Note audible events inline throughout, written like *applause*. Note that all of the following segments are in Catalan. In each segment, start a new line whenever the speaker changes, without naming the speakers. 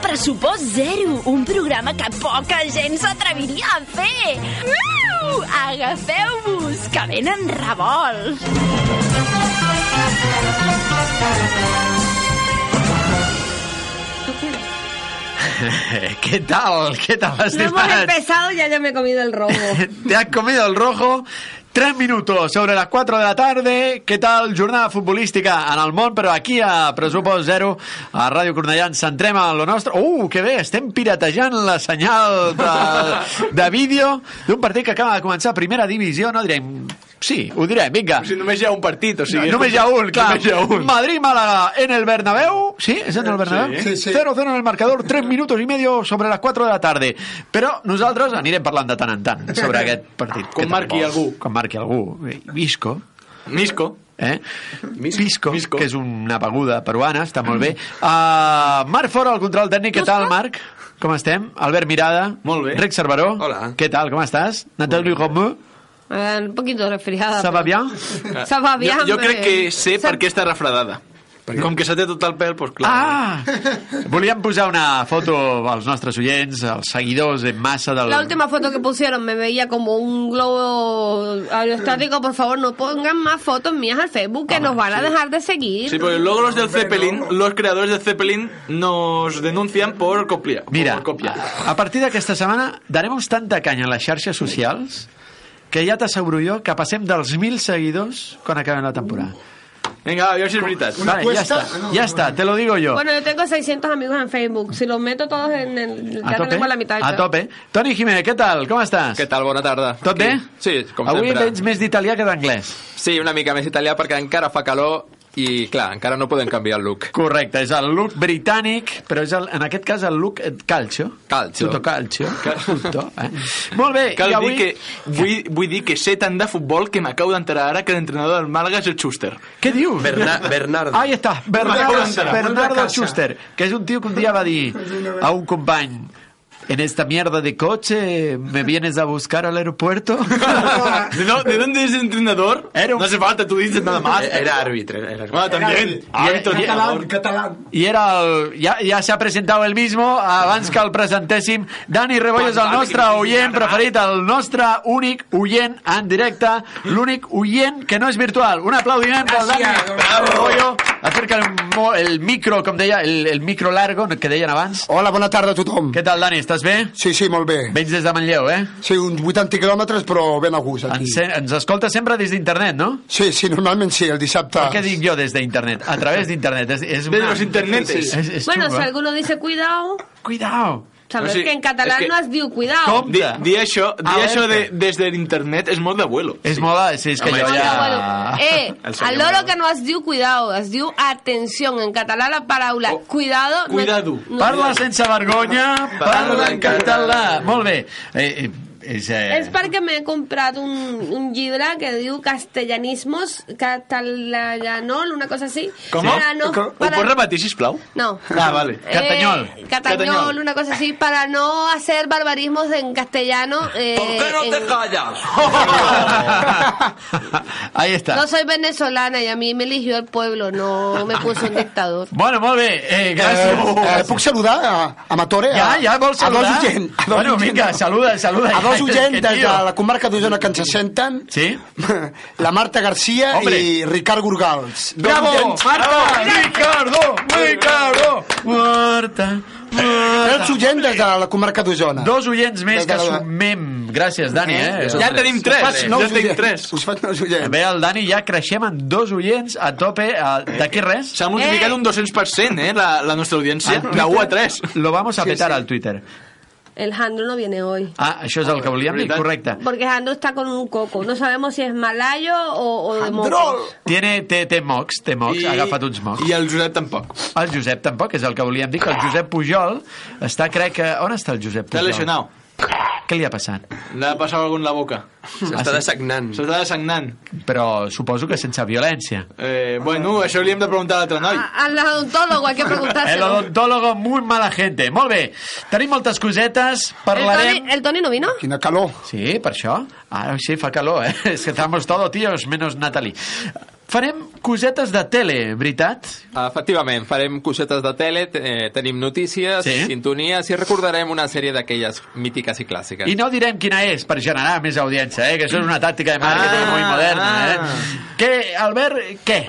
Pressupost Zero, un programa que poca gent s'atreviria a fer. Uau! Agafeu-vos, que venen revolts.
*laughs* ¿Qué tal? ¿Qué tal has
No hemos
estado?
empezado y ya, ya me he comido el robo.
Te has comido el rojo. Tres minutos sobre las 4 de la tarde. Què tal jornada futbolística en el món? Però aquí a Pressupost Zero, a Ràdio Cornellà, ens centrem en lo nostre. Uh, que bé, estem piratejant la senyal de, de vídeo d'un partit que acaba de començar a primera divisió, no direm... Sí, ho direm, vinga.
O sigui, només hi ha un partit, o sigui...
No, només hi ha un, clar.
Només hi ha un.
Madrid-Málaga en el Bernabéu. ¿Sí? ¿Es en el Bernabéu?
Sí, sí.
0-0 en el marcador, 3 minutos y medio sobre las 4 de la tarde. Però nosaltres anirem parlant de tant en tant sobre aquest partit.
Com
Què tal
marqui
vols?
algú.
Com marqui algú. Eh, Visco.
Misco.
Eh?
Misco.
Pisco,
Misco.
que és una beguda peruana, està molt bé. Uh, Marc Fora, al control tècnic, què tal, Marc? Com estem? Albert Mirada.
Molt bé.
Rec Cerveró.
Hola.
Què tal, com estàs? Natalie Romu.
Eh, un poquito resfriada.
Ça va
pero-
bien?
Ça va bien,
Jo, jo
eh?
crec que sé
Ça-
per què està refredada. Com que se té tot el pèl, doncs clar.
Ah! Volíem posar una foto als nostres oients, als seguidors en massa del...
La última foto que pusieron me veía como un globo aerostático. Por favor, no pongan más fotos mías al Facebook que
Ah,
nos van a dejar de seguir.
pues,
Sí, porque luego los del Zeppelin, los creadores del Zeppelin, nos denuncian por copia.
Mira,
por copia.
a partir d'aquesta setmana darem tanta canya a les xarxes socials que ja t'asseguro jo que passem dels 1.000 seguidors quan acabem la temporada.
Vinga, va, a veure si és veritat.
Una
Vale, ja
apuesta?
està,
Ah, no,
ja
no,
està, te lo digo jo.
Bueno, yo tengo 600 amigos en Facebook. Si los meto todos en el...
A
Ya
tope,
tenemos la eh? mitad.
a
ya.
tope. Toni Jiménez, què tal? Com estàs?
Què tal? Bona tarda.
Tot
Aquí.
bé?
Sí, com
Avui
sempre.
vens més d'italià que d'anglès.
Sí, una mica més italià perquè encara fa calor i, clar, encara no podem canviar el look.
Correcte, és el look britànic, però és el, en aquest cas el look eh, calcio.
Calcio.
Tutto calcio. Tutto, eh? Molt bé,
Cal
i
dir
avui...
que, vull, vull dir que sé tant de futbol que m'acabo d'enterar ara que l'entrenador del Màlaga és el Schuster.
Què dius?
*laughs* Berna- Bernardo.
Ahí està, Bernardo,
M'acabo d'enterar.
Vuelve a
Bernardo
casa.
Schuster, que és un tio que un dia va dir a un company en esta mierda de coche me vienes a buscar al
*laughs*
aeropuerto? *laughs*
¿De, no, ¿De dónde es el entrenador?
Era un-
No hace falta, tú dices nada más.
Era árbitro. Era árbitro.
Bueno, también.
Era-
Ah, Víctor,
Catalán,
por favor.
catalán.
I era el... Ja, ja s'ha presentat el mismo abans que el presentéssim. Dani Rebollo és el nostre oient preferit, el nostre únic oient en directe, l'únic oient que no és virtual. Un aplaudiment pel Dani
Gràcies, bravo.
Rebollo. Acerca el, mo- el micro, com deia, el, el micro largo que deien abans.
Hola, bona tarda a tothom.
Què tal, Dani? Estàs bé?
Sí, sí, molt bé.
Vens des de Manlleu, eh?
Sí, uns 80 quilòmetres, però ben a gust, aquí.
Ens, ens escolta sempre des d'internet, no?
Sí, sí, normalment sí, el dissabte.
Què dic jo des d'internet? A través d'internet. És, és
De
una-
los internetes.
És, és
Bueno, si
xungo, eh?
alguno dice cuidado,
Cuidao.
sabes
No, sí,
que en catalán
es que-
no has dicho cuidado.
Com?
Di, di això, di
Alerta.
això de, des de l'internet és molt d'abuelo.
És moda, sí, és que
Home,
jo
No,
ja...
*laughs*
no, bueno. Eh,
Ah.
El senyor
al loro
Bravo.
que no has diu cuidado, has diu atención. En catalán la palabra cuidado... no-
Oh. cuidado.
no-
Parla sense vergonya, parla en català. Molt bé. Eh, eh, és, eh,
És perquè m'he comprat un, un llibre que diu Castellanismos, catalanol, una cosa així.
Com?
Para no,
Ho
para-
pots repetir, sisplau?
No.
Ah, vale.
Eh,
Catañol.
Catañol, una cosa así, para no hacer barbarismos en castellano. eh,
¿Por qué no te
en-
callas?
Ahí está.
*laughs* No soy venezolana y a mí me eligió el pueblo, no me puso un dictador.
Bueno, molt bé. Eh,
Eh,
gràcies.
eh, puc saludar a, a Matore?
Ja,
A-
ja vols saludar?
A dos oients. A dos
Bueno,
oients.
vinga, saluda, saluda. *laughs*
A dos
Ja,
oients
aquest
des de
tio.
la comarca d'Osona que ens senten.
Sí?
*laughs* La Marta Garcia
Hombre.
i Ricard Gurgals. Dos
Bravo,
oients.
Marta! Ricardo! Ricardo! Marta!
Tres
Marta!
oients des de la comarca d'Osona.
Dos oients més que
Des de la-
sumem. Gràcies, Dani, eh?
Ja en tenim
Us
tres.
faig
Ja
nous
en tenim
oients.
tres.
Us faig nous oients.
Bé, el Dani, ja creixem en dos oients a tope eh, d'aquí res.
S'ha multiplicat un 200%, eh, la, la nostra audiència.
Al
De 1 a
Twitter
3.
Lo vamos a petar al Twitter.
El Jandro no viene hoy.
Ah, això és el que volíem dir,
veritat.
correcte.
Porque Jandro está con un coco. No sabemos si es malayo o, o de moco.
Tiene, té, té mocs, té mocs, ha agafat uns mocs.
I el Josep tampoc.
El Josep tampoc, és el que volíem dir, que el Josep Pujol està, crec que... On està el Josep
Està
Pujol?
lesionat.
Què li ha passat?
L'ha passat algú en la boca.
S'està dessagnant.
S'està desagnant.
Però suposo que sense violència.
Eh, bueno, això li hem de preguntar a l'altre noi.
A- Al odontólogo hay que
El
preguntárselo. El,
odontólogo, muy mala gente. Molt bé, tenim moltes cosetes, parlarem...
Tony, el Tony no vino.
Quina calor.
Ah, *laughs* Sí, per això. Ara sí, fa calor, eh? És que estamos todos tíos, menos Natalie. farem cosetes de tele, veritat?
Efectivament, farem cosetes de tele, te- eh, tenim notícies,
Sí.
sí. sintonies i recordarem una sèrie d'aquelles mítiques i clàssiques.
I no direm quina és, per generar més audiència, eh? que això és una tàctica de màrqueting ah, molt moderna. Eh? Què, Albert, què?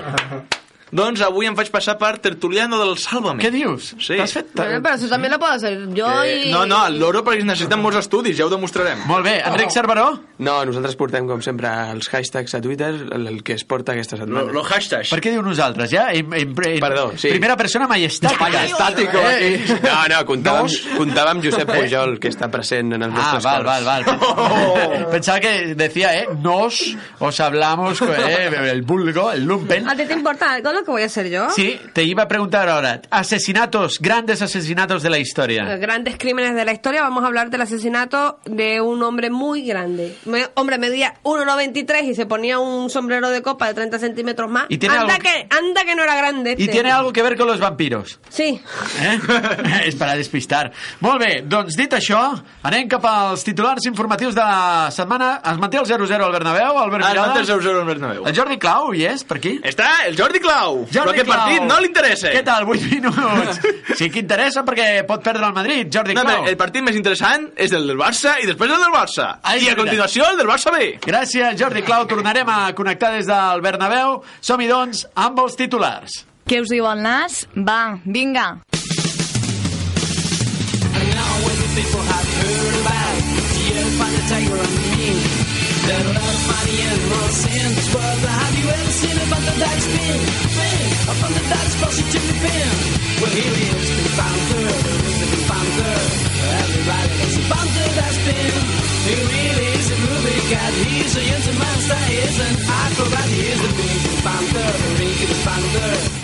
Doncs avui em vaig passar per Tertuliano del Sálvame.
Què dius?
Sí.
T'has fet...
Bueno, pero eso también lo puedo hacer yo
Eh,
y...
Eh, No, no, el loro perquè necessiten molts estudis, ja ho demostrarem.
Molt bé, Enric Cerveró?
Oh. No, nosaltres portem, com sempre, els hashtags a Twitter, el, el que es porta aquesta setmana.
Lo, lo hashtag.
Per què diu nosaltres, ja? En, en, en,
Perdó, sí.
Primera persona Eh? majestática.
Estàtico,
eh?
aquí. No, no, comptava,
Dos. Eh?
amb, comptava amb Josep Pujol, que està present en els
Ah,
nostres
val, val,
cors.
val. Pensaba que decía, eh, nos os hablamos, eh, el vulgo, el lumpen.
¿A ti te importa algo lo que voy a hacer yo?
Sí, te iba a preguntar ahora. Asesinatos, grandes asesinatos de la
Los
historia.
Grandes crímenes de la historia. Vamos a hablar del asesinato de un hombre muy grande. Me- hombre medía 1,93 y se ponía un sombrero de copa de 30 centímetros más.
¿Y tiene
anda,
algo
que, anda que no era grande.
I
este.
tiene algo que ver con los vampiros.
Sí.
Eh? *laughs* És per a despistar. Molt bé, doncs dit això, anem cap als titulars informatius de la setmana. Es manté el 0-0 al Bernabéu, Albert
Ah, no
Mirada.
el 0-0 al Bernabéu.
El Jordi Clau hi és, per aquí?
Està el Jordi Clau, però aquest partit no li interessa.
Què tal? 8
*laughs*
minuts. Sí que interessa perquè pot perdre el Madrid, Jordi
No,
Clau.
però el partit més interessant és el del Barça i després el del Barça.
Ah, és
I a
veritat.
continuació el del Barça B.
Gràcies, Jordi Clau. Tornarem a connectar des del Bernabéu. Som-hi, doncs, amb els titulars.
Què us diu el nas? Va, vinga.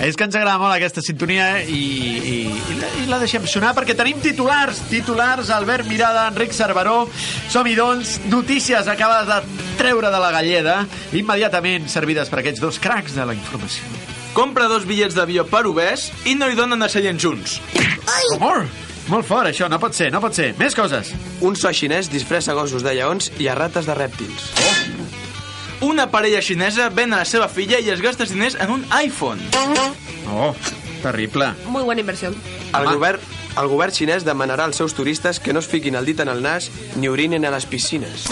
És que ens agrada molt aquesta sintonia i, i, i, la, i la deixem sonar perquè tenim titulars, titulars, Albert Mirada, Enric Cerveró, som-hi doncs, notícies acabades de treure de la galleda, immediatament servides per aquests dos cracs de la informació.
Compra dos bitllets d'avió per obès i no hi donen asseient junts.
Amor! Oh, Molt fort, això, no pot ser, no pot ser. Més coses.
Un so xinès disfressa gossos de lleons i a rates de rèptils.
Una parella xinesa ven a la seva filla i es gasta els diners en un iPhone.
Oh, terrible.
Muy buena inversión.
Eh,
El govern, el govern xinès demanarà als seus turistes que no es fiquin el dit en el nas ni orinin a les piscines.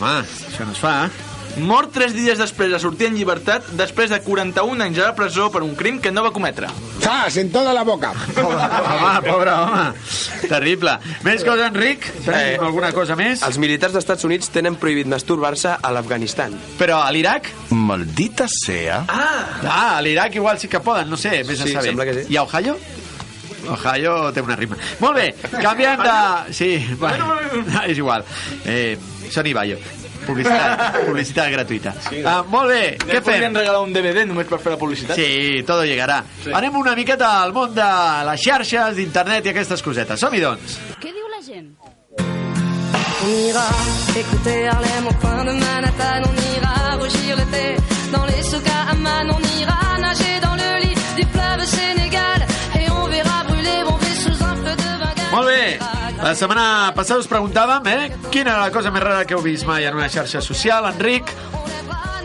Home, això no es fa, eh?
Mor tres dies després de sortir en llibertat després de 41 anys a la presó per un crim que no va cometre.
¡Zas! En toda la boca.
Home, pobre home. Terrible. Més coses, Enric? Tenim
Eh,
alguna cosa més?
Els militars dels Estats Units tenen prohibit masturbar-se a l'Afganistan.
Però a l'Iraq?
Maldita sea.
Ah, a l'Iraq igual sí que poden, no sé, més
Sí,
a saber.
sembla que sí.
I a Ohio? Ohio té una rima. Molt bé, canviant de... Sí, va, *laughs* és igual. Eh, Sony Bayo.
*laughs*
Publicitat, publicitat gratuïta. Ah, molt bé, què
Ja
fem?
podrien regalar un DVD només per fer la publicitat?
Sí, todo llegará. Anem una miqueta al món de les xarxes, d'internet i aquestes cosetes. Som-hi, doncs.
Què diu la gent?
On ira écouter Harlem au coin de Manhattan, on ira rougir le thé dans les soukas à Man, on ira nager dans le lit du fleuve Sénégal et on verra brûler mon blé sous un feu de bengale.
Molt bé. La setmana passada us preguntàvem, eh? Quina era la cosa més rara que heu vist mai en una xarxa social, Enric?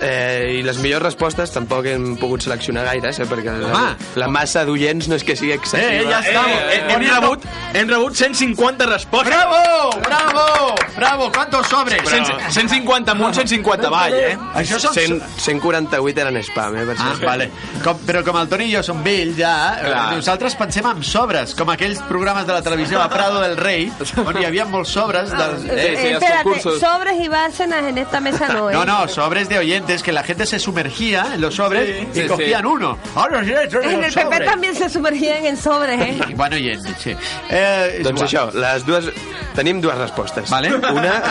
Eh, I les millors respostes tampoc hem pogut seleccionar gaire, eh, perquè
Home.
la, la massa d'oients no és que sigui excessiva.
Eh, ja
Eh,
està.
eh, hem, rebut, hem rebut 150 respostes.
Bravo, bravo, bravo. ¿Cuántos sobres?
Cent- 150 amunt, 150 avall, eh?
Això són...
100, 148 eren spam, eh? Per
Ah,
ser-
vale. Com, però com el Toni i jo som vell ja,
Clar.
eh, nosaltres pensem en sobres, com aquells programes de la televisió a Prado del Rei, on hi havia molts sobres dels...
Eh, sí, haz
espérate,
concursos.
sobres y bárcenas en esta mesa
*laughs*
no, ¿eh?
No, no, sobres de oyentes, que la gente se sumergía en los sobres y
Sí, sí.
cogían uno. Ahora sí, yo
En el PP
sobre.
también se sumergían en sobres, ¿eh?
I, bueno, i en, sí. Eh, és
Doncs
igual.
això, les dues... Tenim dues respostes.
Vale.
*laughs* Una...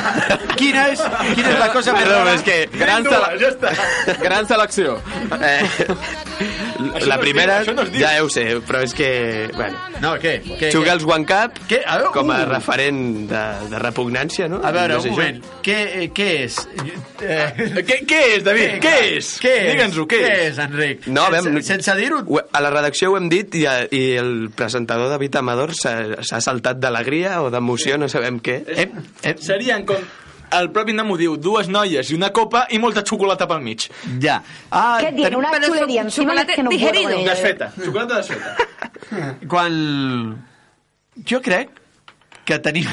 Quina és, quina és la cosa més
Perdó,
rara?
és que...
Gran, sele... ja està. gran selecció.
Eh, la
no es
primera,
diu, això no es diu.
ja ho sé, però és que... Bueno,
No, què? què
Xuga els One Cup
Què? A veure,
com a
uh.
referent de, de repugnància, no?
A veure,
No sé
un
jo.
moment. Què, eh, què és? Eh,
Què, què és, David? Què és?
Què és?
Digue'ns-ho, què
Què
és?
és, Enric?
No,
sense,
vam-
sense dir-ho...
Ho- A la redacció ho hem dit i, a, i el presentador David Amador s'ha s'ha saltat d'alegria o d'emoció, no sabem què.
Hem, hem,
eh, Serien com... el propi nom ho diu, dues noies i una copa i molta xocolata pel mig.
Ja. Ah,
¿Qué tiene? Una
Pero
chulería
su-
encima es
chocolate
que no puedo
digerido.
con ello.
Desfeta, xocolata desfeta.
*laughs* Quan... Jo crec que tenim...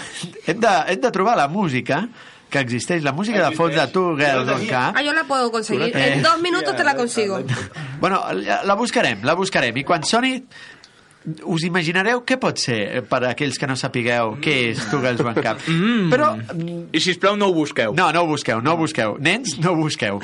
Hem de, hem de trobar la música que existeix, la música de fons de Tu Girls on Car.
Ah, yo la puedo conseguir.
Eh. *laughs*
En dos minutos te la consigo.
Bueno, la la buscarem, la buscarem. I quan soni, us imaginareu què pot ser, eh, per a aquells que no sapigueu què és Tu Girls One Cup. Però...
I sisplau, no ho busqueu.
No, no ho busqueu, no ho busqueu. Nens, no ho busqueu.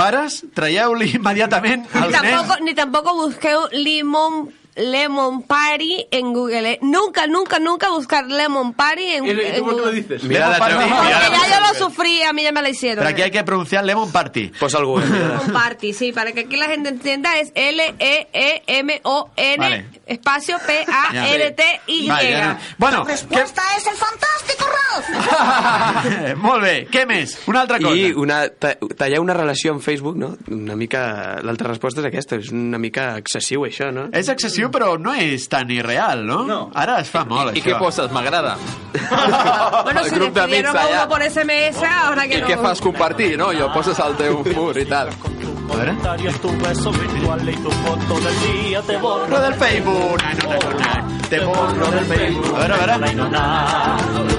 Pares, traieu-li immediatament
Ni
als nens...
tampoco, ni tampoco busqué un limón Lemon Party en Google. eh. Nunca, nunca, nunca buscar Lemon Party en,
¿Y lo- y tú
en
por qué lo
Google.
dices?
Mira de
Porque
Trevi, mira de-
ya yo lo sufrí, a mí ya me la hicieron.
Però aquí hay que pronunciar Lemon Party.
Posa algú.
*laughs*
Lemon Party, sí, para que aquí la gente entienda es L-E-E-M-O-N
Vale.
espacio P-A-R-T-Y.
Vale, ja no. Bueno, que...
es el fantástico Ralph.
Eh, Molt bé, què més? Una altra cosa.
I una, ta- tallar una relació en Facebook, no? Una mica... L'altra resposta és aquesta, és una mica excessiu, això, no?
És excessiu, però no és tan irreal, no? no. Ara es fa molt,
I
això.
què poses? M'agrada.
*laughs*
Bueno,
El
si
grup
despidieron a
d'amics
uno
allà.
por SMS, ahora que
I
no.
què fas? Compartir, no? I el poses al teu mur i tal.
A veure...
tu beso virtual y tu foto del día te borro.
Borro del Facebook, na, na, na, na, na. te borro del Facebook. A veure, a veure.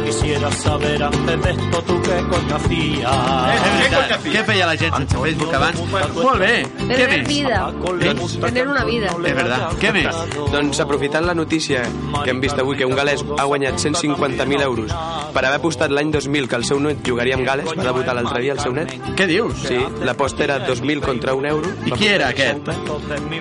Quisiera saber antes de esto tú qué coño
És
hacías.
veritat. Què feia la gent sense Facebook abans? Molt bé, què
Tener
més?
vida.
Doncs,
Tener una vida.
és veritat. Què més?
Doncs aprofitant la notícia que hem vist avui que un galès ha guanyat 150.000 euros per haver apostat l'any 2000 que el seu net jugaria amb Gales, va debutar l'altre dia el seu net.
Què dius?
Sí, l'aposta era 2.000 contra 1 euro.
I qui era aquest?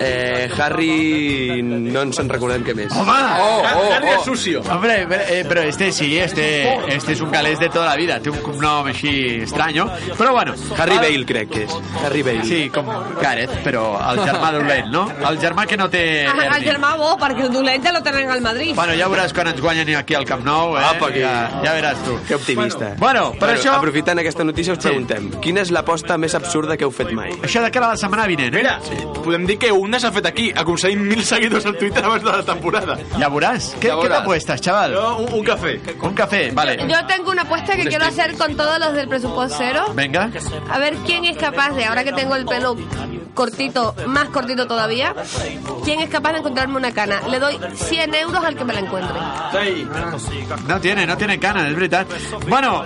Eh, Harry... no ens en recordem què més.
Home!
Oh, oh,
Harry és
oh.
sucio.
Hombre, eh, pero este sí, este, este es un galés de toda la vida. Tiene un nombre así extraño. Pero bueno,
Harry Bale, crec que és. Harry Bale.
Sí, com Gareth, però el germà dolent, no? El germà que no té...
Ajá, al
hernia.
Germán vos, para que Dulente lo tengan al Madrid.
Bueno, ja veuràs quan ens guanyen aquí al Camp Nou, eh?
Apa, que-
ja, ja veràs tu.
Que optimista.
Bueno, per
Bueno,
això...
Aprofitant aquesta notícia us preguntem, quina és l'aposta més absurda que heu fet mai?
*laughs* Això de cara a la setmana vinent, eh?
Mira, podem dir que una s'ha fet aquí, aconseguint mil seguidors al Twitter abans de la temporada.
Ja veuràs. Què,
Ja
què
veuràs.
t'apuestes, xaval?
Jo, un, un cafè.
Un cafè, vale.
Yo tengo una apuesta que quiero hacer con todos los del presupuesto cero.
Venga.
A ver quién es capaz de, ahora que tengo el pelo cortito, más cortito todavía, quién es capaz de encontrarme una cana. Le doy 100 euros al que me la encuentre.
Sí.
No tiene, no tiene cana, és veritat. Bueno,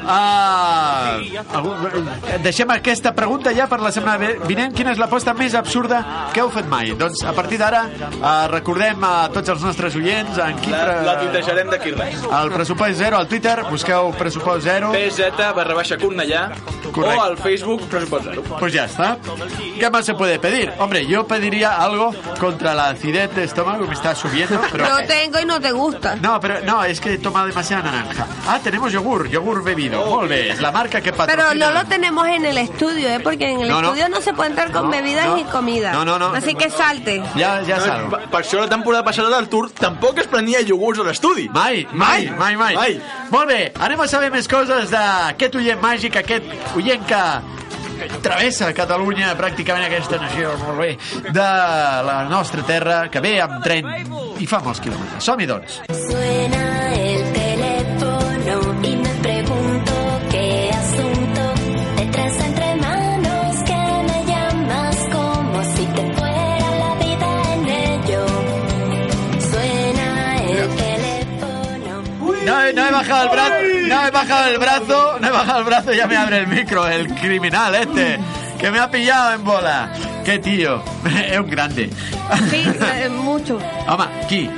uh, algun, deixem aquesta pregunta ja per la setmana ve- vinent. Quina és l'aposta més absurda que heu fet mai? Doncs a partir d'ara uh, recordem a tots els nostres oients en quin...
La,
pre-
la tuitejarem d'aquí res.
El pressupost zero al Twitter, busqueu pressupost zero, doncs
PZ barra baixa Cornellà
Correcte.
o al Facebook pressupost zero.
pues ja està. ¿Qué más se puede pedir? Hombre, yo pediría algo contra la acidez de estómago que me está subiendo, pero...
Lo tengo y no te gusta.
No, pero no, es que he tomado demasiada naranja. Ah, tenemos yogur, yogur bebido. Molt bé, es la marca que patrocina.
Pero no lo tenemos en el estudio, ¿eh? Porque en el
No, no.
estudio no se puede entrar con
No,
bebidas
no.
ni comida.
No, no, no.
Así que salte.
Ja, ja
Per,
salgo.
per això la temporada passada del Tour tampoc es prenia iogurts a l'estudi.
Mai, mai, mai, mai,
Mai.
Molt bé, anem a saber més coses d'aquest oient màgic, aquest oient que travessa Catalunya, pràcticament aquesta nació, molt bé, de la nostra terra, que ve amb tren i fa molts quilòmetres. Som-hi, doncs.
Suena el teléfono y me pregunto qué asunto te traes entre manos que me llamas como si te fuera la vida en ello. Suena el teléfono.
No, he- no he bajado el brazo, no he bajado el brazo, no he bajado el brazo, ya me abre el micro, el criminal este, que me ha pillado en bola. Qué tío, *laughs* es un grande.
Sí, eh, mucho.
Home, qui?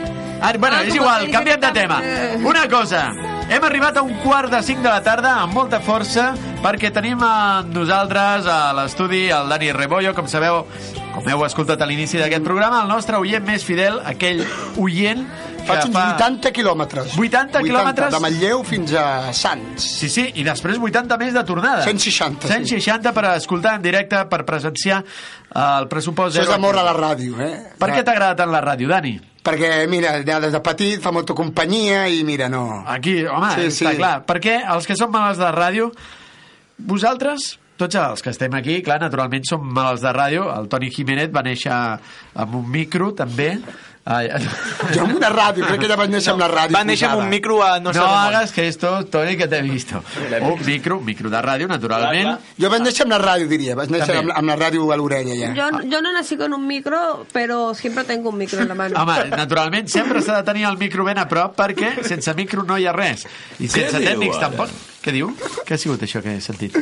Ah, bueno,
Ah,
és
com
igual,
que
canviem de
dice que
tema.
canvi- eh.
Una cosa, hem arribat a un quart de cinc de la tarda amb molta força perquè tenim amb nosaltres a l'estudi el Dani Rebollo, com sabeu, com heu escoltat a l'inici d'aquest programa, el nostre oient més fidel, aquell oient que
Faig uns
fa...
80 quilòmetres.
80 quilòmetres?
De Manlleu fins a Sants.
Sí, sí, i després 80 més de tornada.
160, sí.
160 per escoltar en directe, per presenciar eh, el pressupost...
Això és
zero.
amor a la ràdio, eh?
Per què t'agrada tant la ràdio, Dani?
Perquè, mira, ja des de petit fa molta companyia i, mira, no...
Aquí, home, sí, sí. està clar. Perquè els que som malalts de ràdio, vosaltres, tots els que estem aquí, clar, naturalment som malalts de ràdio. El Toni Jiménez va néixer amb un micro, també, Ai, *laughs*
Jo amb una ràdio, crec que ella va néixer amb la ràdio.
Va néixer amb
posada.
un micro a no sé
no
on.
hagas que esto, Toni, que t'he visto. Un micro, un micro de ràdio, naturalment.
Jo vaig néixer amb la ràdio, diria. Vaig néixer
També.
amb, amb la ràdio a l'orella, ja.
Yo, yo no nací con un micro, pero siempre tengo un micro en la
*laughs*
mano.
Home, naturalment sempre s'ha de tenir el micro ben a prop perquè sense micro no hi ha res. I sense
diu
tècnics
ara?
tampoc. Què diu? Què ha sigut això que he sentit?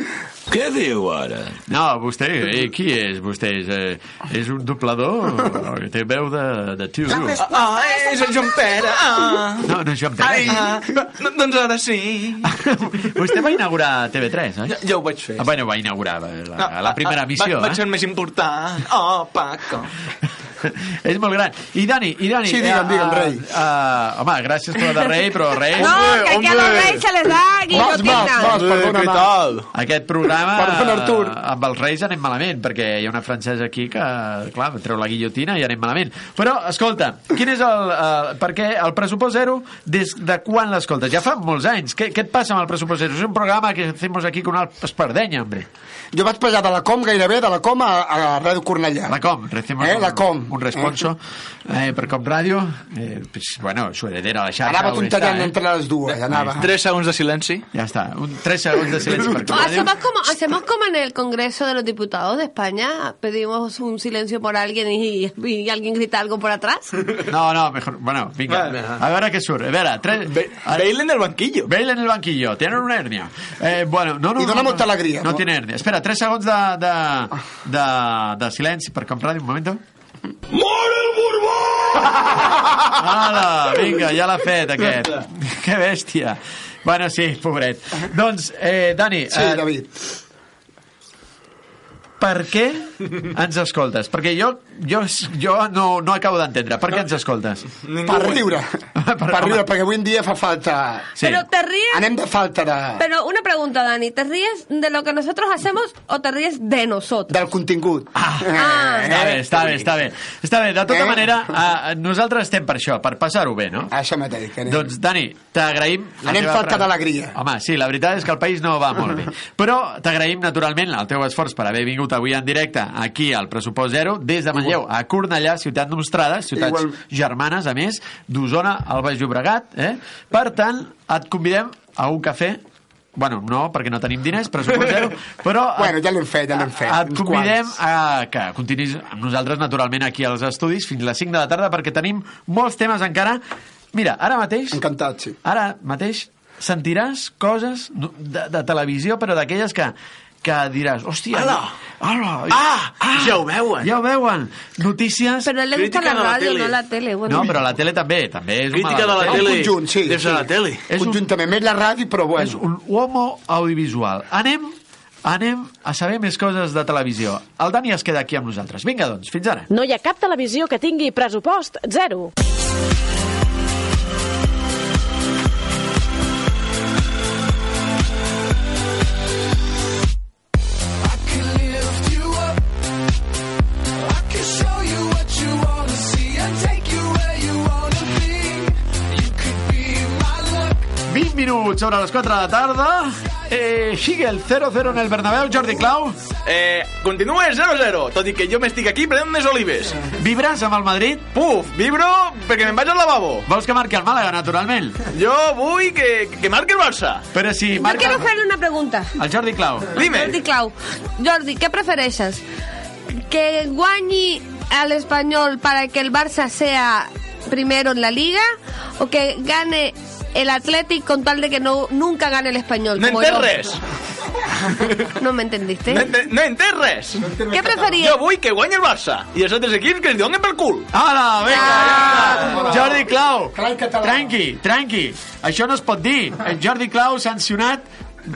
Què diu ara?
No, vostè, eh, qui és vostè? És, eh, és un doblador? O Té veu de, de tio.
Ah, ah, és el Joan Pere. Ah.
No, no, jo em
Ai,
deia.
no, doncs ara sí.
Vostè va inaugurar TV3, oi?
Ja, ja ho vaig fer.
Ah, bueno, va inaugurar la, la, la primera
Ah, ah,
missió,
va, Vaig ser
eh?
el més important. Oh, Paco.
És molt gran. I Dani, i Dani...
Sí, digue'm,
eh,
digue'm,
eh,
rei.
eh, home, gràcies per la de rei, però rei...
No, que aquí a los reyes se les da guillotina.
Eh,
Què tal? Aquest programa...
Perdona, Artur.
eh, Amb els reis anem malament, perquè hi ha una francesa aquí que, clar, treu la guillotina i anem malament. Però, escolta, quin és el... Eh, perquè el pressupost zero, des de quan l'escoltes? Ja fa molts anys. Què, què et passa amb el pressupost zero? És un programa que hacemos aquí con una espardenya, hombre.
Jo vaig passar de la com gairebé, de la com a, a la ràdio Cornellà.
La com, recemos
Eh,
un-
la com.
un responso eh, per com ràdio eh, pues, bueno, su heredera a la xarxa
Anava
on
tontellant
està, eh?
entre les dues, anava.
Tres segons de silenci.
Ja està, un 3 segons de silenci per
O *laughs*
com ràdio.
Ah, Hacemos como, hacemos como en el Congreso de los Diputados de España, pedimos un silencio por alguien y, y alguien grita algo por atrás.
No, no, mejor. Bueno, venga. A ver a qué sur. A ver, a tres.
Bail en el banquillo.
Bail en el banquillo. Tienen una hernia. Eh, bueno, no, no.
I dona
no,
molta
no.
alegria,
No,
no?
tiene hernia. Espera, tres segons de, de, de, de silenci per comprar un moment. *laughs* Ala, vinga, ja l'ha fet aquest. Que bèstia. Bueno, sí, pobret. Doncs, eh, Dani...
Sí,
eh,
David.
Per què ens escoltes? Perquè jo, jo, jo no, no acabo d'entendre. Per què ens escoltes?
Per riure.
*laughs*
per riure, perquè avui en dia fa falta...
Sí.
Pero te ríes.
Anem de falta de...
Pero una pregunta, Dani, ¿te ríes de lo que nosotros hacemos o te ríes de nosotros?
Del contingut.
Ah, està bé, està bé, està bé. Està bé, de tota
Eh?
manera, eh, nosaltres estem per això, per passar-ho bé, no?
Això mateix. que Anem.
Doncs, Dani, t'agraïm... la
Anem
teva
falta
pre-
d'alegria.
Home, sí, la veritat és que el país no va molt
*laughs*
bé. Però t'agraïm, naturalment, el teu esforç per haver vingut avui en directe aquí al Pressupost Zero, des de Manlleu a Cornellà, ciutat nostrada, ciutats
Igual.
germanes, a més, d'Osona al Baix Llobregat. Eh? Per tant, et convidem a un cafè Bueno, no, perquè no tenim diners, pressupost
*laughs*
zero, però...
Bueno, ja l'hem fet, ja l'hem fet.
Et
Uns
convidem
quants.
a que continuïs amb nosaltres, naturalment, aquí als estudis fins les 5 de la tarda, perquè tenim molts temes encara. Mira, ara mateix...
Encantat, sí.
Ara mateix sentiràs coses no- de, de televisió, però d'aquelles que, que diràs, hòstia...
Ala!
Ala!
Ah, ja ho veuen.
Ja ho veuen! Notícies...
Pero le
Crítica
gusta la
de la
radio,
tele.
no la tele. Bueno,
No, però la tele també, també és un
Crítica de la
malaltès.
Un
tele.
conjunt, sí.
Des de
sí.
la tele.
És un-
Conjuntament, més la ràdio, però
És
bueno.
un homo audiovisual. Anem, anem a saber més coses de televisió. El Dani es queda aquí amb nosaltres. Vinga, doncs, fins ara.
No hi ha cap televisió que tingui pressupost zero.
Hola,
20 minuts sobre les 4 de la tarda. Eh, Hegel, 0-0 en el Bernabéu. Jordi Clau,
Eh, continua el 0-0, tot i que jo m'estic aquí prenent unes olives.
vibres amb el Madrid?
Puf, vibro perquè me'n vaig al lavabo.
Vols que marqui el Màlaga, naturalment?
Jo vull que, que marqui el Barça.
Però si
Yo
marca
quiero hacerle una pregunta.
el Jordi Clau.
Jordi Clau. Jordi, ¿qué prefereixes? ¿Que guañe al español para que el Barça sea primero en la liga o que gane el Athletic con tal de que no nunca gane el español?
No
como
entès
yo?
res.
No me entendiste.
No, ente- no he entès res.
Què preferia?
Jo vull que guanyi el Barça i els altres equips que els donen pel cul. Ah,
Ara, vinga, ja està. Jordi Clau,
Clar, en català.
tranqui, tranqui. Això no es pot dir. El Jordi Clau sancionat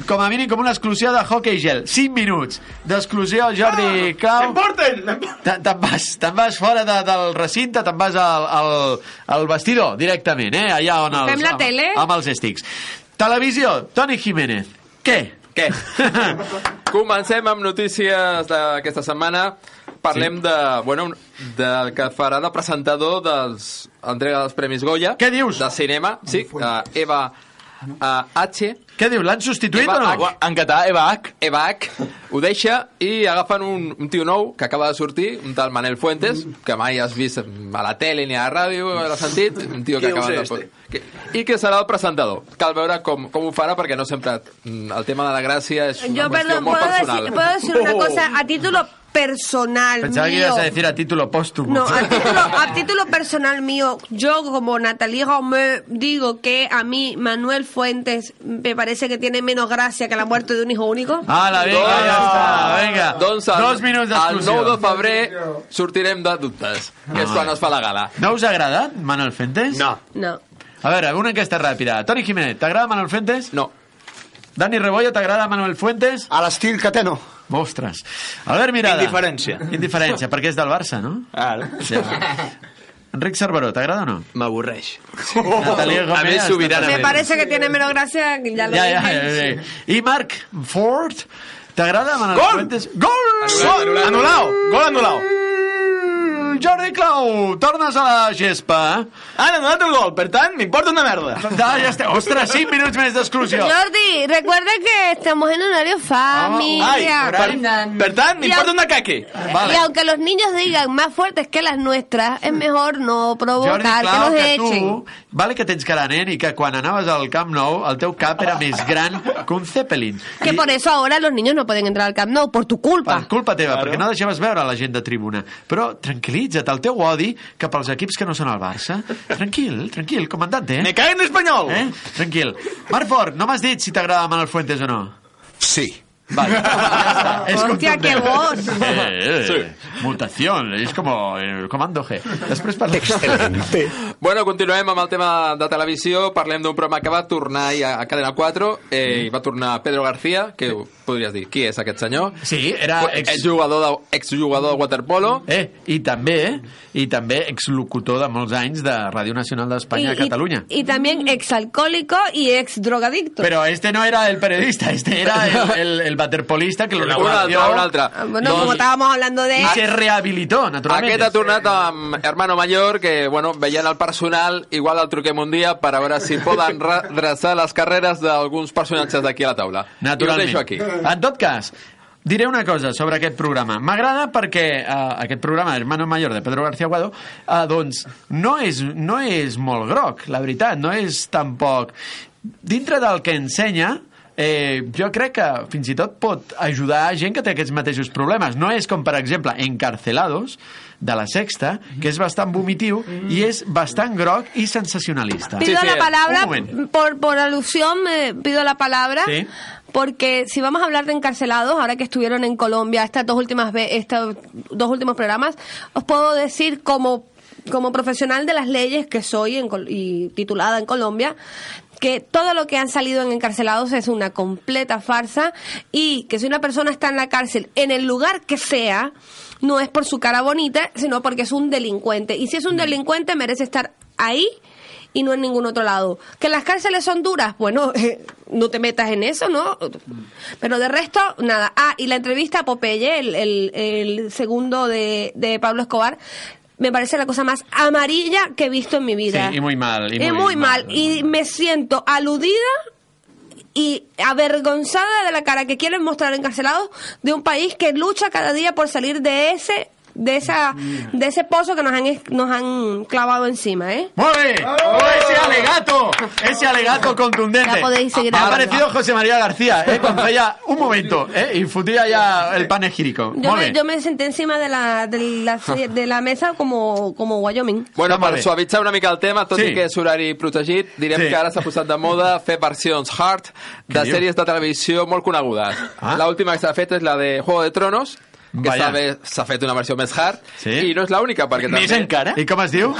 com a mínim com una exclusió de hockey gel. 5 minuts d'exclusió al Jordi Clau.
M'emporten!
Te- Te'n vas, te vas fora de, del recinte, te'n vas al, al, al vestidor directament, eh? allà on els,
Fem la
amb,
tele?
amb els estics. Televisió, Toni Jiménez. Què?
Què? *laughs* Comencem amb notícies d'aquesta setmana. Parlem sí. de, bueno, del que farà de presentador dels entrega dels Premis Goya.
Què dius?
De cinema, sí. Uh, Eva a H.
Què diu, l'han substituït o no?
En català, Eva H. Eva H. Ho deixa i agafen un, un tio nou que acaba de sortir, un tal Manel Fuentes,
Mm.
que mai has vist a la tele ni a la ràdio, l'has sentit, un tio que
Qui deu
acaba
ser
de...
este?
Que, I que serà el presentador. Cal veure com, com ho farà, perquè no sempre... mm, El tema de la gràcia és una
Yo,
qüestió
perdón,
molt
¿puedo
personal.
decir, puedo decir
*laughs*
una
*laughs*
cosa a título personal
Pensava que
mío?
ibas a decir a título póstumo.
No,
*laughs*
a título, a título personal mío, yo como Natalie Jaume digo que a mí Manuel Fuentes me parece que tiene menos gracia que la muerte de un hijo único.
Ala, vinga, ja està, vinga.
Doncs el,
Dos minuts
el
d'exclusió.
9 de febrer sortirem de dubtes, que
Ah.
és quan es fa la gala.
No us ha agradat Manuel Fuentes? No.
No.
A veure, una enquesta ràpida. Toni Jiménez, t'agrada Manuel Fuentes?
No.
Dani Rebollo, t'agrada Manuel Fuentes?
A l'estil que té, no.
Ostres. Albert Mirada.
Indiferència.
Indiferència, perquè és del Barça, no? Ara. Ja. Enric Cerveró, t'agrada o no?
M'avorreix.
*laughs*
Natalia Gómez.
A més, Sobirana.
Me parece que tiene menos gracia que ya lo
Ja, ja,
dije.
ja, ja. I Marc Ford, t'agrada Manuel
Gol!
Fuentes? Gol!
Gol! Anul·lau! Gol anul·lau!
mm, Jordi Clau, tornes a la gespa.
Han anul·lat el gol, per tant, m'importa una merda.
Ja, ja estem. Ostres, 5 minuts més d'exclusió. Oh,
Jordi, recuerda que estamos en horario
Ah,
familia.
Ai, per, per tant, m'importa una caque.
Y aunque los niños digan más fuertes que las nuestras, es mejor no provocar
Jordi
que
Clau,
nos
que
echen.
tu, vale que tens cara nen i que quan anaves al Camp Nou el teu cap era més gran que un Zeppelin.
Que por eso ahora los niños no pueden entrar al Camp Nou, por tu culpa.
Per culpa teva, perquè no deixaves veure la gent de tribuna. Però tranquil·litza't, el teu odi cap als equips que no són el Barça. Tranquil, tranquil, comandante. Eh? Me
caen espanyol!
Eh? Tranquil. Marc Fort, no m'has dit si t'agrada Manuel Fuentes o no?
Sí.
Vale. Ja està, és
Hòstia, que
contundent.
vos.
Eh, eh, Mutación, és com el comando G. Després parlem.
Excelente. Bueno, continuem amb el tema de televisió. Parlem d'un programa que va tornar ahir a a Cadena 4 eh,
Mm.
i va tornar Pedro García, que ho podries dir, qui és aquest senyor? eh,
Sí, era
Fue
ex-
Exjugador de, exjugador de waterpolo.
Eh, i també i també exlocutor de molts anys de Ràdio Nacional d'Espanya a Catalunya.
Y también exalcohólico y ex drogadicto.
Però este no era el periodista, este era
*laughs*
el, el, el waterpolista que lo
Un altre, un altre.
Ah, Bueno, como estábamos hablando de...
I se rehabilitó, naturalment.
Aquest ha tornat amb Hermano Mayor, que, bueno, veient el personal, igual el truquem un dia per a
*laughs*
veure si poden redreçar les carreres d'alguns personatges d'aquí a la taula.
Naturalment.
I us deixo aquí.
En tot cas, diré una cosa sobre aquest programa. M'agrada perquè eh, aquest programa, Hermano Mayor, de Pedro García Guado, eh, doncs no és, no és molt groc, la veritat, no és tampoc... Dintre del que ensenya, eh, jo crec que fins i tot pot ajudar a gent que té aquests mateixos problemes. No és com, per exemple, Encarcelados, de la Sexta,
Mhm.
que és bastant vomitiu i és bastant groc i sensacionalista.
Pido la palabra,
Un moment.
por, por alusión, eh, pido la palabra.
Sí.
Porque si vamos a hablar de encarcelados, ahora que estuvieron en Colombia estas dos últimas ve- estos dos últimos programas, os puedo decir como, como profesional de las leyes que soy en Col- y titulada en Colombia, que todo lo que han salido en encarcelados es una completa farsa y que si una persona está en la cárcel en el lugar que sea, no es por su cara bonita, sino porque es un delincuente. Y si es un delincuente, merece estar ahí y no en ningún otro lado. Que las cárceles son duras, bueno, *laughs* eh, no te metas en eso, ¿no? Pero de resto, nada. Ah, y la entrevista a Popeye, el, el- el segundo de, de Pablo Escobar, me parece la cosa más amarilla que he visto en mi vida.
Sí, i muy mal. I
Es muy mal. Y me siento aludida y avergonzada de la cara que quieren mostrar encarcelados de un país que lucha cada día por salir de ese de esa de ese pozo que nos han nos han clavado encima, ¿eh?
Muy bien. Oh, Ese alegato, ese alegato contundente.
Ya podéis seguir
ha
hablando.
aparecido José María García, eh, cuando ella, un momento, eh, y futía ya el panegírico.
Yo
Muy
me,
bien.
yo me senté encima de la, de la, de la mesa como, como Wyoming.
Bueno,
Molt
per
bé.
suavitzar una mica el tema, tot
Sí.
i que és horari protegit, direm
Sí.
que ara s'ha posat de moda fer versions hard de
diu?
sèries de televisió molt conegudes. Ah? L'última que s'ha fet és la de Juego de Tronos, que
Vaja.
s'ha ve- s'ha fet una versió més hard, sí? i no és l'única, perquè
Més
també...
encara? I com es diu?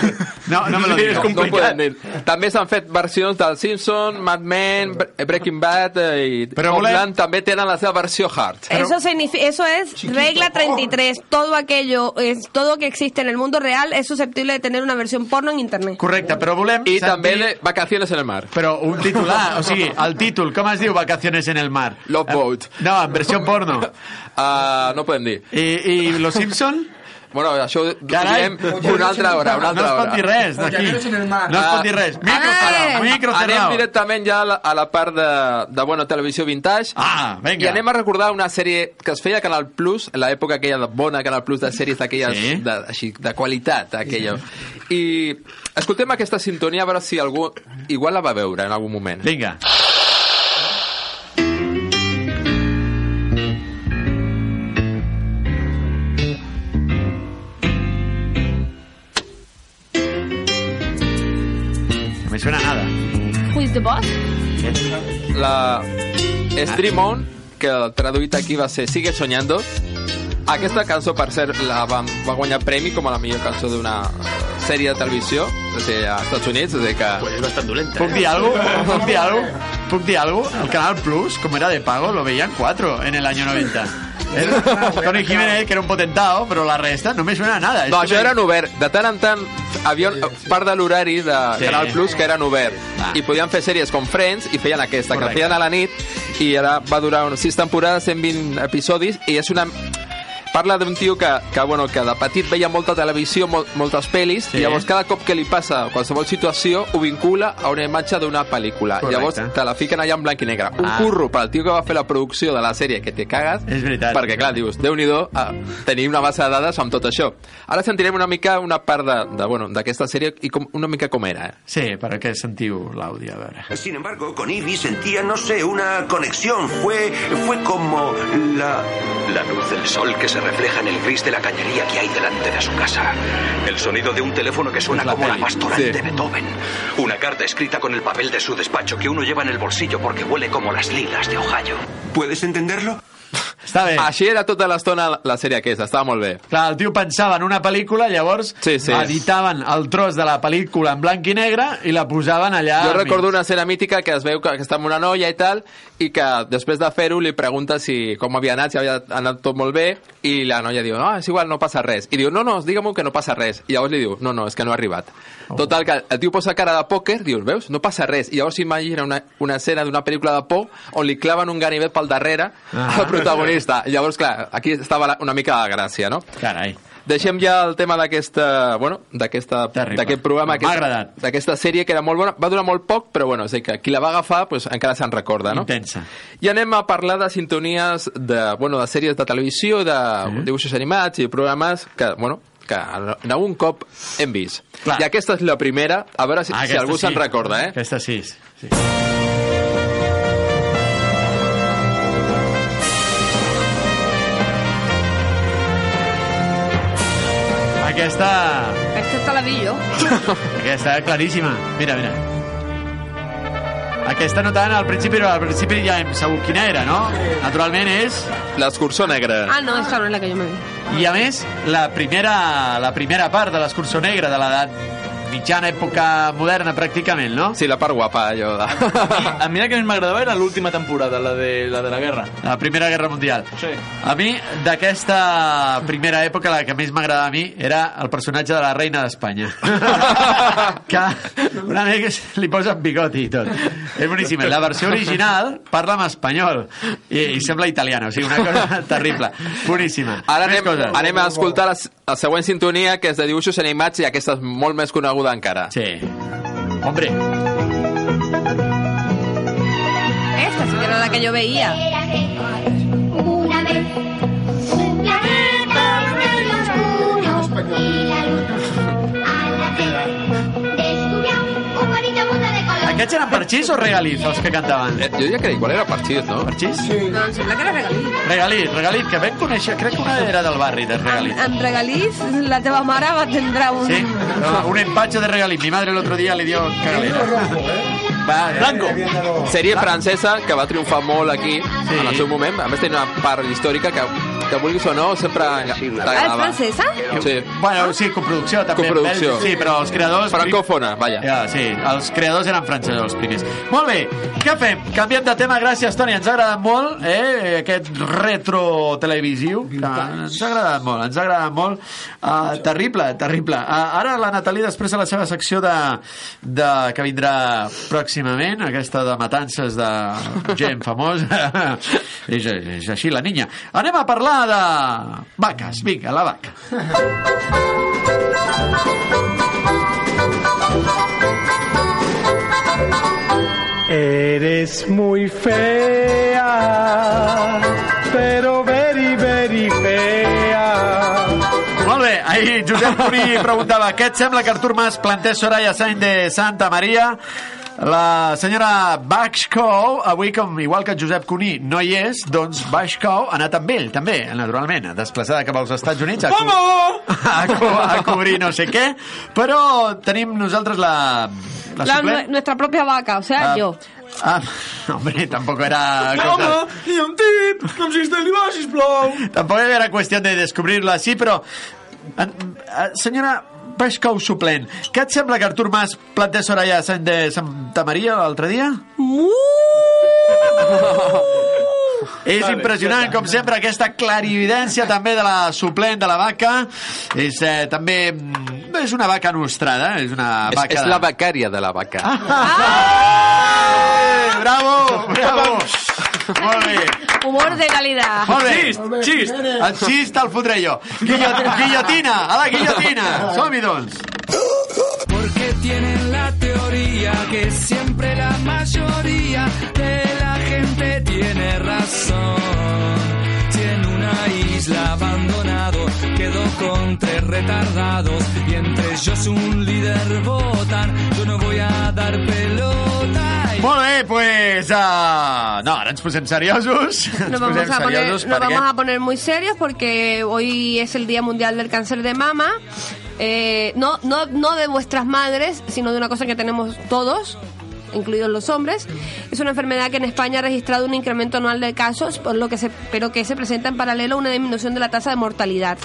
No, no me lo
Sí,
digas.
és complicat. No podem dir. també s'han fet versions del Simpson, Mad Men, Bre- Breaking Bad eh, i
Però volem-
Homeland també tenen la seva versió hard.
Eso, signifi- eso es
Oh.
regla 33. Todo aquello, es, todo que existe en el mundo real es susceptible de tener una versión porno en internet.
Correcte, però volem...
I també de eh, Vacaciones en el mar.
Però un titular, o sigui, el títol, com es diu Vacaciones en el mar? Eh,
Love Boat.
No, en versió porno.
Uh, Ah, no podem dir.
I, i Los Simpson?
Bueno, això ho direm una altra hora, una altra
No es
hora.
pot dir res, d'aquí. No es pot dir
Ah.
res. Micro
Anem-
cerrado, micro
Anem
cerrado.
directament ja a la, a la part de, de bueno, televisió vintage.
Ah, venga.
I anem a recordar una sèrie que es feia a Canal Plus, en l'època aquella de bona Canal Plus de sèries d'aquelles sí? de, així, de qualitat, aquella. I escoltem aquesta sintonia a veure si algú igual la va veure en algun moment.
Vinga. No me suena nada.
Who is the boss?
La és Dream On, que traduït aquí va ser Sigue soñando. Aquesta cançó, per cert, la va, va guanyar premi com a la millor cançó d'una sèrie eh, de televisió o sigui, a Estats Units, o sigui que... Pues és bastant dolenta.
¿Puc dir algo? ¿Puc dir algo? ¿Puc dir algo? El Canal Plus, como era de pago, lo veían cuatro en el año 90. El- Tony Jiménez, que era un potentado, pero la resta no me suena a nada.
No, això eren obert. De tant en tant, havia un- part de l'horari de
Sí.
Canal Plus que eren obert. I podien fer sèries com Friends i feien aquesta, que feien a la nit i ara va durar unes 6 temporades, 120 episodis i és una... Parla d'un tio que, que, bueno, que de petit veia molta televisió, mol, moltes pel·lis,
Sí.
i llavors cada cop que li passa qualsevol situació ho vincula a una imatge d'una pel·lícula.
Correcte.
Llavors te la fiquen allà en blanc i negre. Un
Ah.
curro pel tio que va fer la producció de la sèrie que te cagues,
És veritat.
perquè, clar, dius, déu nhi ah, tenir una base de dades amb tot això. Ara sentirem una mica una part d'aquesta de, de, bueno, d'aquesta sèrie i com, una mica com era. Eh?
Sí, para que sentiu l'àudio, a veure.
Sin embargo, con Ivy sentía, no sé, una conexión. Fue, fue como la... La luz del sol que se refleja en el gris de la cañería que hay delante de su casa. El sonido de un teléfono que suena
Es la
como
peli.
la pastoral
Sí.
de Beethoven. Una carta escrita con el papel de su despacho que uno lleva en el bolsillo porque huele como las lilas de Ohio. ¿Puedes entenderlo?
Està bé.
Així era tota l'estona la- la sèrie aquesta, estava molt bé.
Clar, el tio pensava en una pel·lícula, llavors
Sí, sí.
editaven el tros de la pel·lícula en blanc i negre i la posaven allà...
Jo
al mig.
recordo una escena mítica que es veu que, que està amb una noia i tal, i que després de fer-ho li pregunta si com havia anat, si havia anat tot molt bé, i la noia diu, no, és igual, no passa res. I diu, no, no, digue-m'ho que no passa res. I llavors li diu, no, no, és que no ha arribat. Total, que el tio posa cara de pòquer, dius, veus, no passa res. I llavors s'imagina una, una escena d'una pel·lícula de por on li claven un ganivet pel darrere
Ah.
*laughs* al protagonista. I llavors, clar, aquí estava la- una mica la gràcia, no?
Carai.
Deixem ja el tema d'aquesta, bueno, d'aquesta d'aquest programa
M'ha
aquesta-
agradat.
d'aquesta sèrie que era molt bona, va durar molt poc, però bueno, sé que qui la va agafar pues, encara se'n recorda, no?
Intensa.
I anem a parlar de sintonies de, bueno, de sèries de televisió, de sí. dibuixos animats i programes que, bueno, que en algun cop hem vist. Clar. I aquesta és la primera, a veure si, si
Ah, Aquesta
algú
sí.
se'n recorda, eh?
Aquesta sí. sí. Aquesta...
Aquesta te la vi jo.
Aquesta, claríssima. Mira, mira. Aquesta no tant al principi, però al principi ja hem sabut quina era, no? Naturalment és...
L'escurçó negre.
Ah, no, esta no es la que yo me vi.
I a més, la primera, la primera part de l'escurçó negre de l'edat mitjana època moderna, pràcticament, no?
Sí, la part guapa, allò de...
A mi la que més m'agradava era l'última temporada, la de la, de la guerra.
La Primera Guerra Mundial.
Sí.
A mi, d'aquesta primera època, la que més m'agradava a mi era el personatge de la reina
*laughs*
d'Espanya. que una mica li posa bigoti i tot. És boníssim. La versió original parla en espanyol i, i sembla italiana, o sigui, una cosa *laughs* terrible. Boníssima.
Ara
Més
anem,
coses.
anem a escoltar la, s- la següent sintonia, que és de dibuixos animats, i aquesta és molt més coneguda encara.
Sí. Hombre.
Esta sí que era la que yo veía.
Una vez un planeta muy oscuro y la luz a la vez descubrió un bonito mundo de color.
Aquests eren parxís o regalits, els que cantaven?
Eh, jo ja crec, igual era parxís, no?
Parxís?
No, em sembla que era regalí.
Regalit, regalit, que vam conèixer, crec que una era del barri, de regalit.
En regalís, la teva mare va tindrà un...
Sí, no, un empacho de regaliz. Mi madre el otro día le dio cagalera.
¿eh?
Va,
Blanco. eh, Sèrie francesa que va triomfar molt aquí sí. en el seu moment. A més, tenia una part històrica que, que vulguis o no, sempre
Ah, és
t'agradava.
francesa?
Sí.
Bueno, sí, coproducció també.
Coproducció.
Sí, però els creadors...
Francòfona, vaja.
Ja, sí, els creadors eren francesos, els primers. Molt bé, què fem? Canviem de tema, gràcies, Toni. Ens ha agradat molt, eh, aquest retro televisiu. que Ens ha agradat molt, ens ha agradat molt. Uh, terrible, terrible. Uh, ara la Natalí, després a la seva secció de, de, que vindrà pròximament, aquesta *laughs* de matances de gent famosa. és, és així, la niña. Anem a parlar parlar de vaques. Vinga, la vaca.
Eres muy fea, pero very, very fea.
Molt bé, ahir Josep Curí preguntava què et sembla que Artur Mas plantés Soraya Sainz de Santa Maria? La senyora Baxcow, avui com igual que Josep Cuní no hi és, doncs Baxcow ha anat amb ell, també, naturalment, desplaçada cap als Estats Units. A co- A, co a cobrir no sé què, però tenim nosaltres la... La,
La-
suplent.
nue- nuestra propia vaca, o sea,
Ah.
yo.
Ah, *laughs* hombre, tampoco era... cosa-
Home, hi ha un tip, no em siguis derivar, sisplau.
Tampoc era qüestió de descobrir-la així, però... En, eh, senyora Pescau suplent, què et sembla que Artur Mas plantés Soraya Sant de Santa Maria l'altre dia? És
Va bé,
impressionant, com sempre, aquesta clarividència també de la suplent de la vaca. És eh, també... mm, És una vaca nostrada, eh? és una
És,
vaca...
és
de- Ah!
la becària de la vaca.
Eh, bravo, bravo. Molt bé.
Humor de calidad.
Molt bé. El xist el fotré jo. Guillot guillotina, a la guillotina. Som-hi, doncs.
Porque tienen la teoría que siempre la mayoría de la gente tiene razón. Si en una isla abandonado quedó con tres retardados y entre ellos un líder votan, yo no voy a dar pelota.
Molt bé, pues... Uh, no, ara ens posem seriosos. Ens
Nos vamos,
posem
a poner,
seriosos
nos
perquè...
vamos a poner muy serios porque hoy es el Día Mundial del Cáncer de Mama. Eh, no, no, no de vuestras madres, sino de una cosa que tenemos todos incluidos los hombres. Es una enfermedad que en España ha registrado un incremento anual de casos, por lo que se, pero que se presenta en paralelo a una disminución de la tasa de mortalidad.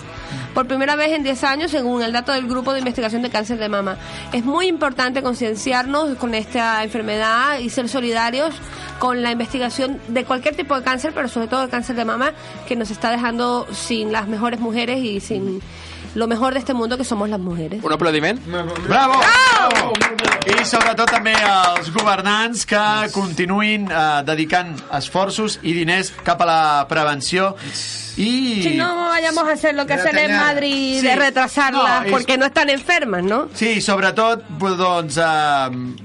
Por primera vez en 10 años, según el dato del Grupo de Investigación de Cáncer de Mama. Es muy importante concienciarnos con esta enfermedad y ser solidarios con la investigación de cualquier tipo de cáncer, pero sobre todo el cáncer de mama, que nos está dejando sin las mejores mujeres y sin lo mejor de este mundo que somos las mujeres.
Un aplaudiment?
Bravo! Bravo! I sobretot també als governants que continuïn eh, dedicant esforços i diners cap a la prevenció i...
Si no vayamos a hacer lo que hacen en
Retallar.
Madrid
Sí.
de retrasarlas
No, es-
porque no están enfermas, ¿no?
Sí, sobretot, pues, doncs, eh,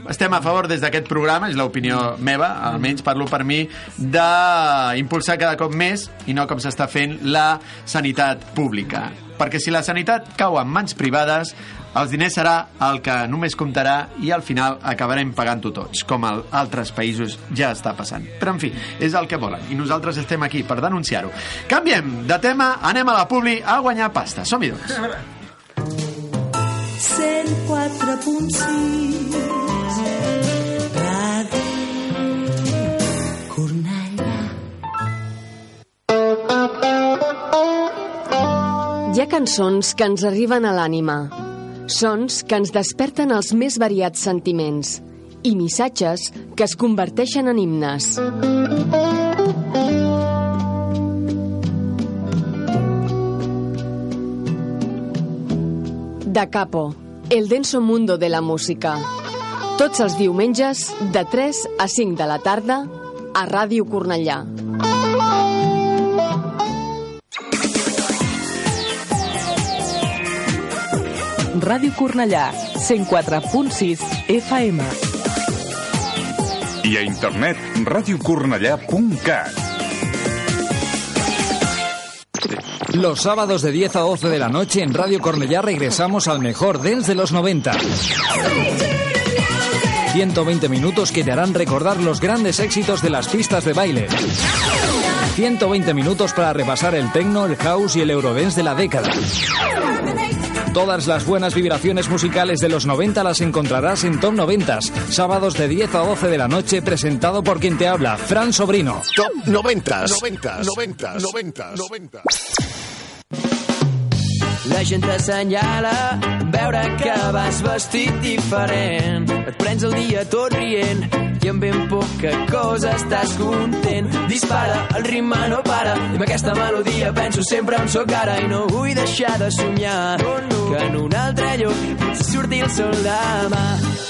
estem a favor des d'aquest programa, és l'opinió meva, almenys parlo per mi, d'impulsar cada cop més, i no com s'està fent, la sanitat pública. Perquè si la sanitat cau en mans privades, els diners serà el que només comptarà i al final acabarem pagant-ho tots, com a altres països ja està passant. Però, en fi, és el que volen, i nosaltres estem aquí per denunciar-ho. Canviem de tema, anem a la Publi a guanyar pasta. Som-hi, doncs.
104.6 Ràdio
Hi ha cançons que ens arriben a l'ànima, sons que ens desperten els més variats sentiments i missatges que es converteixen en himnes. Da Capo, el denso mundo de la música. Tots els diumenges, de 3 a 5 de la tarda, a Ràdio Cornellà.
Ràdio Cornellà, 104.6 FM.
I a internet, radiocornellà.cat.
Los sábados de 10 a 12 de la noche en Radio Cornellá regresamos al mejor dance de los 90. 120 minutos que te harán recordar los grandes éxitos de las pistas de baile. 120 minutos para repasar el techno, el house y el eurodance de la década. Todas las buenas vibraciones musicales de los 90 las encontrarás en Top 90, sábados de 10 a 12 de la noche, presentado por quien te habla, Fran Sobrino. Top 90.
90, 90, 90, 90.
La gent t'assenyala veure que vas vestit diferent. Et prens el dia tot rient i amb ben poca cosa estàs content. Dispara, el ritme no para i amb aquesta melodia penso sempre en soc ara i no vull deixar de somiar que en un altre lloc potser surti el sol demà.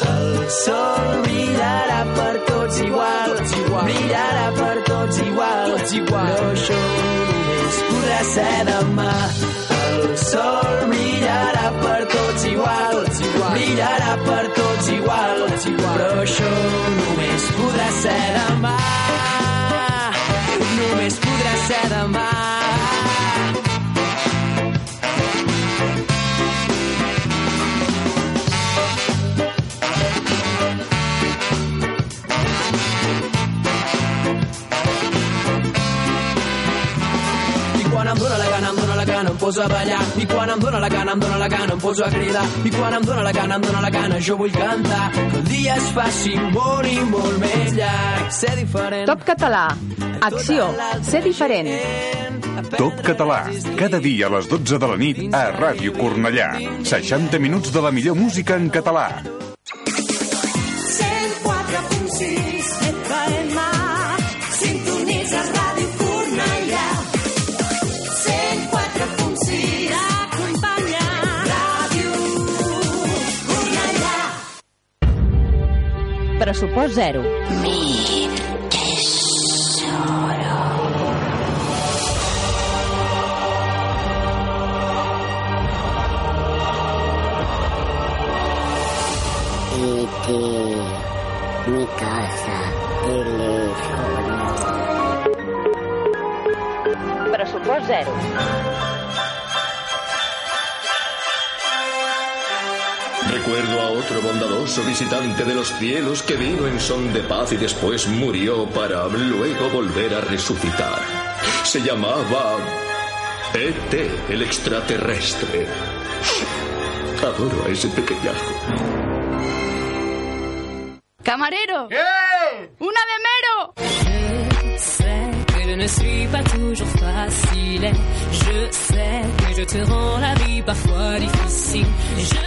El sol brillarà per tots igual, brillarà per tots igual, no això només temps podrà ser demà. El sol brillarà per tots igual, brillarà per tots igual, però això només podrà ser demà. Només podrà ser demà. I quan em dóna la gana, em dóna la gana, em poso a ballar. I quan em dóna la gana, em dóna la gana, em poso a cridar. I quan em dóna la gana, em dóna la gana, jo vull cantar. Que el dia es faci molt i molt més llarg. Ser diferent.
Top català. Acció. Ser diferent.
Top català, cada dia a les 12 de la nit a Ràdio Cornellà. 60 minuts de la millor música en català.
104.6 FM Sintonitzes Ràdio Cornellà 104.6 Acompanya Ràdio Cornellà
Pressupost zero.
Mi tesoro
E.T. Mi casa, teléfono.
Pressupost zero.
Recuerdo a otro bondadoso visitante de los cielos que vino en son de paz y después murió para luego volver a resucitar. Se llamaba E.T., el extraterrestre. Adoro a ese pequeñajo.
Camarero Una de mero
Je sais que je ne suis pas toujours facile. Je sais que je te rends la vie parfois difficile. Je sais.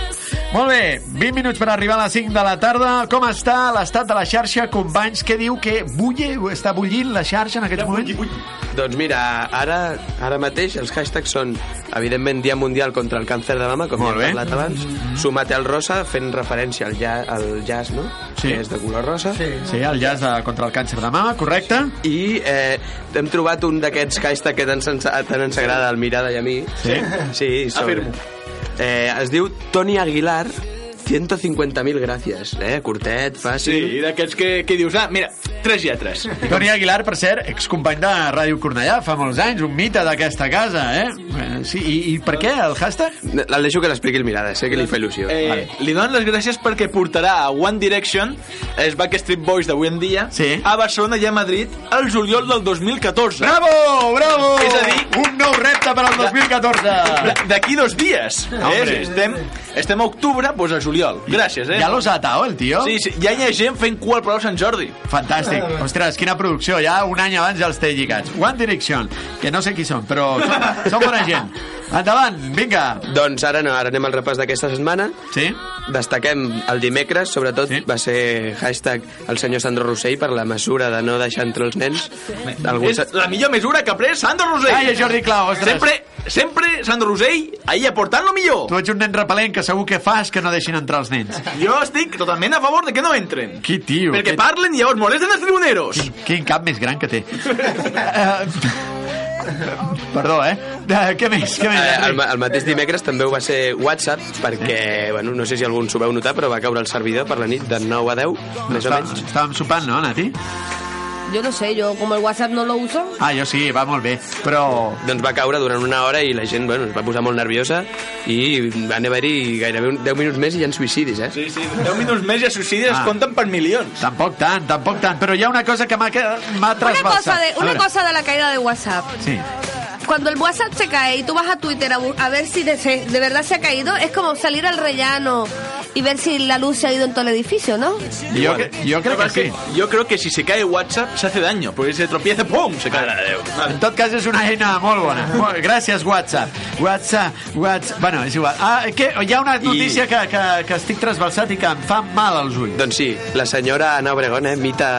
Molt bé, 20 minuts per arribar a les 5 de la tarda. Com està l'estat de la xarxa, companys? Què diu que bulle, està bullint la xarxa en aquests moments?
Doncs mira, ara, ara mateix els hashtags són, evidentment, Dia Mundial contra el Càncer de Mama, com ja hem parlat abans,
Mm-hmm.
Sumate al rosa, fent referència al, ja, al jazz, no? Sí. Que és de color rosa. Sí,
sí el jazz de, contra el càncer de mama, correcte.
I eh, hem trobat un d'aquests hashtags que tant, ens, tant ens agrada al Mirada i a mi.
Sí?
Sí, sobre.
Afirmo.
Eh, es diu Toni Aguilar, 150.000 gràcies, eh? Curtet,
Ah,
fàcil...
Sí, d'aquests que, que dius, ah, mira, tres lletres.
Toni Aguilar, per cert, excompany de Ràdio Cornellà, fa molts anys, un mite d'aquesta casa, eh? Eh, Sí, i, I per què el hashtag?
El deixo que l'expliqui el Mirada, sé que li fa il·lusió.
Eh, vale. Li donen les gràcies perquè portarà a One Direction, els Backstreet Boys d'avui en dia, sí. a Barcelona i a Madrid el juliol del 2014.
Bravo, bravo!
És a dir...
Un nou repte per al 2014!
D'aquí dos dies.
Ah, Hombre.
Eh? Estem, estem a octubre, doncs a juliol. Gràcies, eh?
Ja los ha atado, el tio.
Sí, sí, ja hi ha gent fent cua al Palau Sant Jordi.
Fantàstic. Ostres, quina producció. Ja un any abans ja els té lligats. One Direction, que no sé qui són, però són, són bona gent. Endavant, vinga.
Doncs ara no, ara anem al repàs d'aquesta setmana.
Sí?
Destaquem el dimecres, sobretot sí? va ser hashtag el senyor Sandro Rossell per la mesura de no deixar entrar els nens. Algú Eh,
És la millor mesura que ha pres Sandro Rosell.
Ai, Jordi Clau, ostres.
Sempre, sempre Sandro Rosell ahir aportant lo millor.
Tu ets un nen repel·lent que segur que fas que no deixin entrar els nens.
Jo estic totalment a favor de que no entren.
Qui tio?
Perquè
que-
parlen i llavors molesten els tribuneros.
Quin cap més gran que té. Eh, Perdó, eh? eh? Què més? Què més?
Eh, el, ma- el mateix dimecres també ho va ser WhatsApp perquè, bueno, no sé si algun s'ho veu notar però va caure el servidor per la nit de 9 a 10 més o
Està-
menys
Estàvem sopant, no, Nati?
Yo no sé, yo como el WhatsApp no lo uso,
Ah, jo sí, va molt bé, però...
doncs va caure durant una hora i la gent bueno, es va posar molt nerviosa i van haver-hi gairebé un- 10 minuts més i hi ha suïcidis, eh?
Sí, sí, 10 minuts més i els suïcidis
Ah.
es compten per milions.
Tampoc tant, tampoc tant, però hi ha una cosa que m'ha que- m'ha
Una
trasbalsat.
cosa, de,
A
una
veure.
cosa de la caída de WhatsApp.
Sí.
Cuando el WhatsApp se cae y tú vas a Twitter a, bu- a ver si de, se- de verdad se ha caído, es como salir al rellano y ver si la luz se ha ido en todo el edificio, ¿no?
Yo, yo creo que
Además
sí.
Yo creo que si se cae WhatsApp se hace daño, porque se tropieza, ¡pum! Se cae.
En tot cas, és una eina molt bona. Molt- Gràcies, WhatsApp. WhatsApp, WhatsApp... Bueno, és igual. Ah, que, hi ha una notícia que, que, que estic trasbalsat i que em fa mal als ulls.
Doncs sí, la senyora Ana Obregón, eh, mita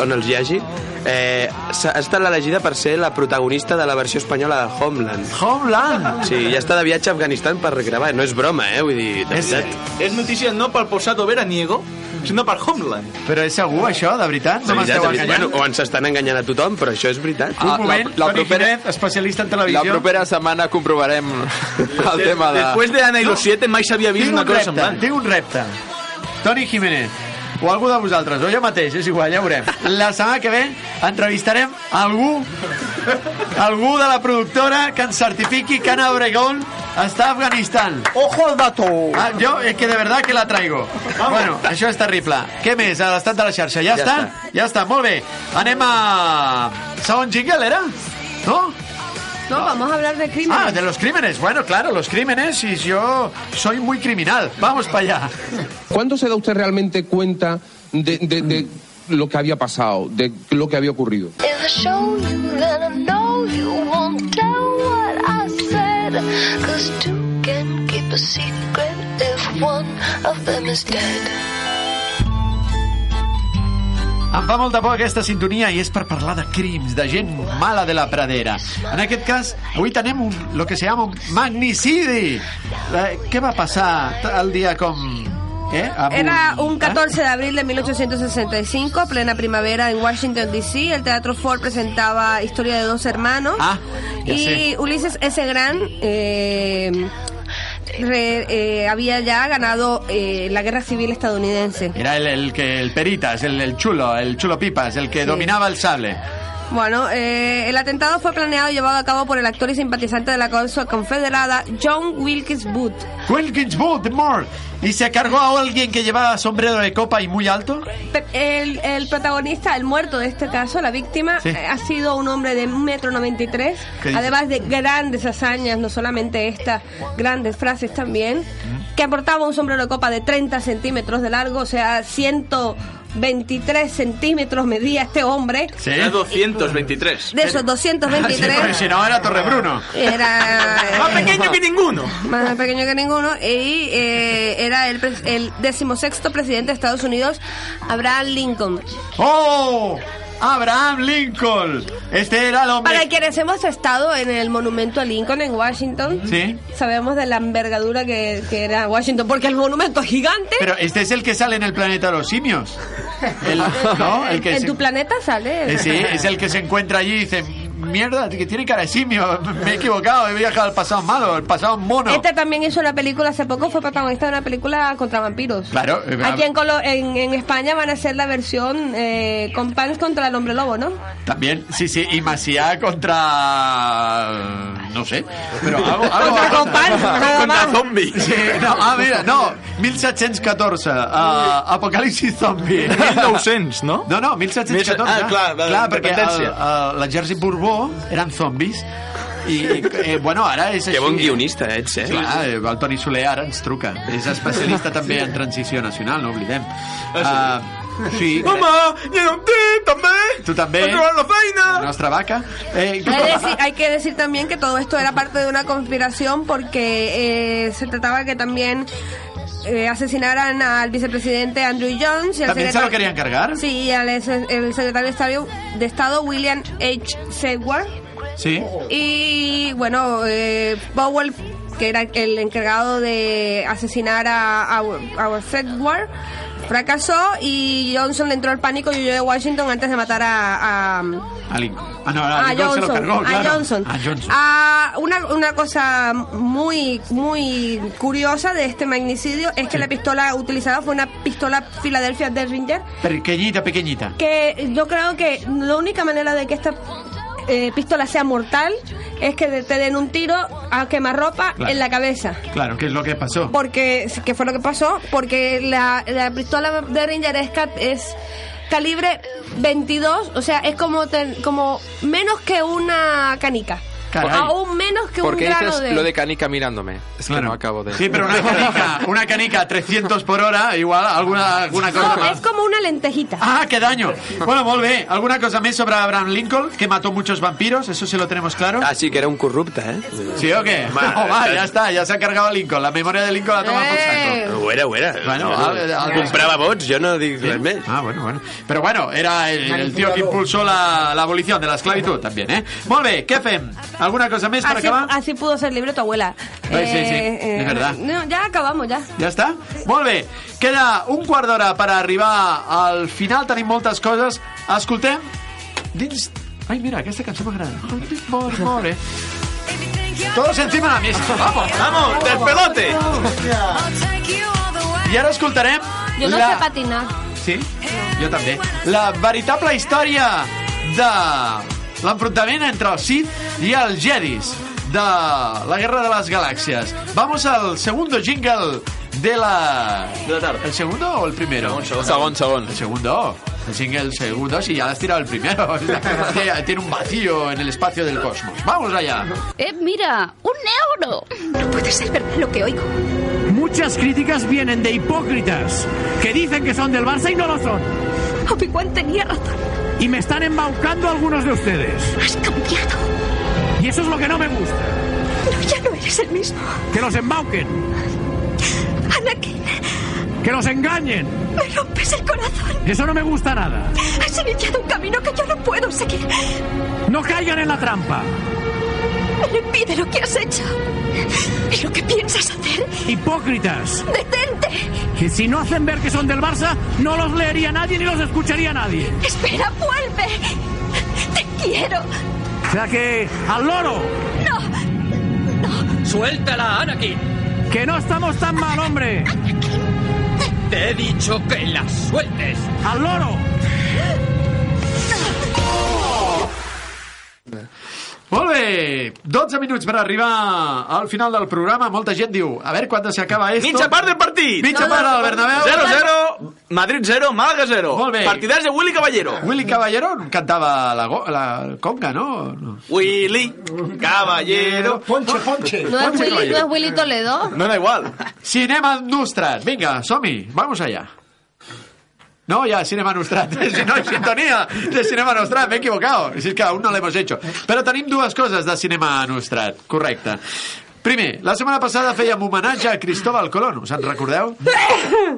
on els hi hagi, eh, s'ha- ha estat elegida per ser la protagonista de la versió espanyola de Homeland.
Homeland?
Sí, ja està de viatge a Afganistan per gravar, no és broma, eh? Vull dir, de
És-
veritat.
Es noticia no para el posado veraniego, Sino per Homeland.
Però és segur, això, de veritat? No
De veritat,
m'esteu
de veritat.
enganyant?
Bueno, o ens estan enganyant a tothom, però això és veritat. Ah,
Un moment,
la,
Toni
propera...
Jiménez, especialista en televisió.
La propera setmana comprovarem *laughs* el tema de...
Després de Ana i los 7 mai s'havia vist
Tinc
una
un
cosa
repte,
semblant.
tinc un repte. Toni Jiménez, o algú de vosaltres, o jo mateix, és igual, ja ho veurem. La setmana que ve entrevistarem algú, algú de la productora que ens certifiqui que Ana Obregón està a Afganistan. Ojo al dato! Ah, jo, és que de verdad que la traigo. Bueno, això és terrible. Què més? A l'estat de la xarxa, ja,
Ja
està? Ja està, molt bé. Anem a... Segon jingle, era? No?
No, vamos a hablar de crimen.
Ah, de los crímenes. Bueno, claro, los crímenes y yo soy muy criminal. Vamos para allá.
¿Cuándo se da usted realmente cuenta de, de- de lo que había pasado, de lo que había ocurrido?
If I show you, then I know you won't tell what I said. Cause two can keep a secret if one of them is dead.
Em fa molta por aquesta sintonia i és per parlar de crims, de gent mala de la pradera. En aquest cas, avui tenim un, lo que se llama un magnicidi. Eh, què va passar t- el dia com... Eh? Amb
Era
¿Ah?
un 14 de abril de 1865, plena primavera en Washington, D.C. El Teatro Ford presentaba Historia de dos hermanos.
Ah, ya
y
sé.
Ulises S. Grant eh, re- eh, había ya ganado eh, la guerra civil estadounidense.
Era el, el, que, el peritas, el, el chulo, el chulo pipas, el que
Sí.
dominava el sable.
Bueno, eh, el atentado fue planeado y llevado a cabo por el actor y simpatizante de la causa confederada John Wilkes Booth.
Wilkins Booth, more. ¿Y se cargó a alguien que llevaba sombrero de copa y muy alto?
Pe- El, el protagonista, el muerto de este caso, la víctima,
Sí.
eh, ha sido un hombre de 1,93
¿Qué
m,
dice?
además de grandes hazañas, no solamente estas grandes frases también, que aportaba un sombrero de copa de 30 centímetros de largo, o sea, 123 centímetros medía este hombre.
Era 223.
De esos 223
Si no, era Torre Bruno.
Eh. era...
Ah, pues.
eh,
Más pequeño que ninguno.
Más pequeño que ninguno. Y eh, era el, pres- el decimosexto presidente de Estados Unidos, Abraham Lincoln.
¡Oh! Abraham Lincoln. Este era el hombre...
Para quienes hemos estado en el monumento a Lincoln en Washington,
Sí.
sabemos de la envergadura que, que era Washington, porque el monumento es gigante.
Pero este es el que sale en el planeta de los simios. El, ¿no? el que
en
se-
tu planeta sale. *laughs*
eh, sí, es el que se encuentra allí y dice, mierda, que tiene cara de simio, *laughs* me he equivocado, he viajado al pasado malo, al pasado mono.
Este también hizo una película hace poco, fue protagonista de una película contra vampiros.
Claro, eh,
Aquí en, Colo- en, en España van a hacer la versión eh, con Pans contra el hombre lobo, ¿no?
también, sí, sí, y Maciá contra... no sé, pero algo... algo
Contra Copán, nada más.
Contra zombi. Sí, no, ah, mira, no, 1714, ah, Apocalipsis zombi.
1900, no?
No, no, 1714.
Ah, clar, de la
clar perquè el-
independència.
el- ah, l'exèrcit Borbó eren zombis i, eh, bueno, ara és així.
Que bon guionista ets, eh?
Clar, eh, el Toni Soler ara ens truca. És especialista també en transició nacional, no oblidem. Ah, sí.
Mamá, yo no te, también.
Tu també.
M'han robat
la feina.
La nostra vaca. Eh,
Hay que decir- hay que decir también que todo esto era parte de una conspiración porque eh, se trataba que también eh, asesinaran al vicepresidente Andrew Jones y al
¿También se
secretario-
lo querían cargar?
Sí, y al es- el secretario de Estado, de Estado William H. Seward
sí.
y bueno, eh, Powell que era el encargado de asesinar a, a, a Sedgwick, fracasó y Johnson le entró al pánico y huyó de Washington antes de matar a- a
A Lincoln. Ah, no, a,
a
Lincoln se
Johnson,
lo cargó, claro.
a Johnson.
A Johnson.
Ah, una, una cosa muy, muy curiosa de este magnicidio es que la pistola utilizada fue una pistola Philadelphia Derringer,
Pequeñita, pequeñita.
que yo creo que la única manera de que esta eh, pistola sea mortal es que te den un tiro a quemarropa
Claro.
en la cabeza.
Claro, que es lo que pasó.
Porque, que fue lo que pasó, porque la, la pistola de Ranger es, ca- es calibre 22, o sea, es como, ten- como menos que una canica.
Caray.
Aún menos que
¿Por
un
qué
grano
dices
de...
lo de canica mirándome? Es que no acabo de...
Sí, pero
*laughs*
una canica, una canica a 300 por hora, igual alguna, alguna cosa
No,
más.
es como una lentejita.
Ah, qué daño. Bueno, molt bé. ¿Alguna cosa més sobre Abraham Lincoln, que mató muchos vampiros? Eso sí lo tenemos claro.
Ah, sí, que era un corrupte, eh?
¿Sí o qué? *laughs*
Vale,
no, va,
eh,
ya está, ya se ha cargado a Lincoln. La memoria de Lincoln la toma por saco.
Ho era, ho era.
Bueno,
eh,
a- a-
Comprava vots, jo no dic res més.
Ah, bueno, bueno. Però bueno, era el, el tío que impulsó la, la abolición de la esclavitud, también, eh? Molt bé, què fem? ¿Alguna cosa més per
así,
acabar?
así pudo ser libre tu abuela. Eh,
Ay, sí, sí, es verdad.
No, ya acabamos, ya.
Ja està? Molt bé. Queda un quart d'hora per arribar al final. Tenim moltes coses. Escoltem dins... Ai, mira, aquesta cançó m'agrada. Molt, molt bé. Todos encima de la mesa. Vamos, vamos, del pelote. I ara escoltarem...
Yo no
la...
sé patinar.
Sí, jo també. La veritable història de l'enfrontament entre el Sith i els Jedis de la Guerra de les Galàxies. Vamos al segundo jingle de la... De la tarde. ¿El segundo o el primero? Segon,
segon.
El segundo. El jingle segundo, si ya has tirado el primero. *laughs* Tiene- Tiene un vacío en el espacio del cosmos. Vamos allá.
Eh, mira, un euro. No puede ser verdad lo que oigo.
Muchas críticas vienen de hipócritas que dicen que son del Barça y no lo son. Obi-Wan tenía razón. Y me están embaucando algunos de ustedes. Has cambiado. Y eso es lo que no me gusta. No, ya no eres el mismo. Que los embauquen. Anakin. Que los engañen. Me rompes el corazón. Eso no me gusta nada. Has iniciado un camino que yo no puedo seguir. No caigan en la trampa. Me impide lo que has hecho. ¿Y lo que piensas hacer? ¡Hipócritas! ¡Detente! Que si no hacen ver que son del Barça, no los leería nadie ni los escucharía nadie.
Espera, vuelve. Te quiero.
O sea que, ¡al loro!
No.
¡Suéltala, Anakin! ¡Que no estamos tan mal, hombre! ¡Te he dicho que la sueltes! ¡Al loro!
Molt bé, 12 minuts per arribar al final del programa. Molta gent diu, a veure quan s'acaba esto.
Mitja part del partit!
Mitja part al Bernabéu.
0-0, Madrid 0, Màlaga 0.
Molt bé.
Partidars de Willy Caballero.
Willy Caballero cantava la, go- la conga, no? no.
Willy Caballero.
Ponche, ponche.
¿No es, Willy, ¿No es Willy Toledo?
No da igual. Cinema Nustras. Vinga, som-hi. Vamos allá. No, ya, Cinema Nostrat. *laughs* Si no, hay sintonía de Cinema Nostrat. Me he equivocado. Si es que aún no lo hemos hecho. Però tenim dues coses de Cinema Nostrat. Correcte. Primer, la setmana passada fèiem homenatge a Cristóbal Colón. Us en recordeu?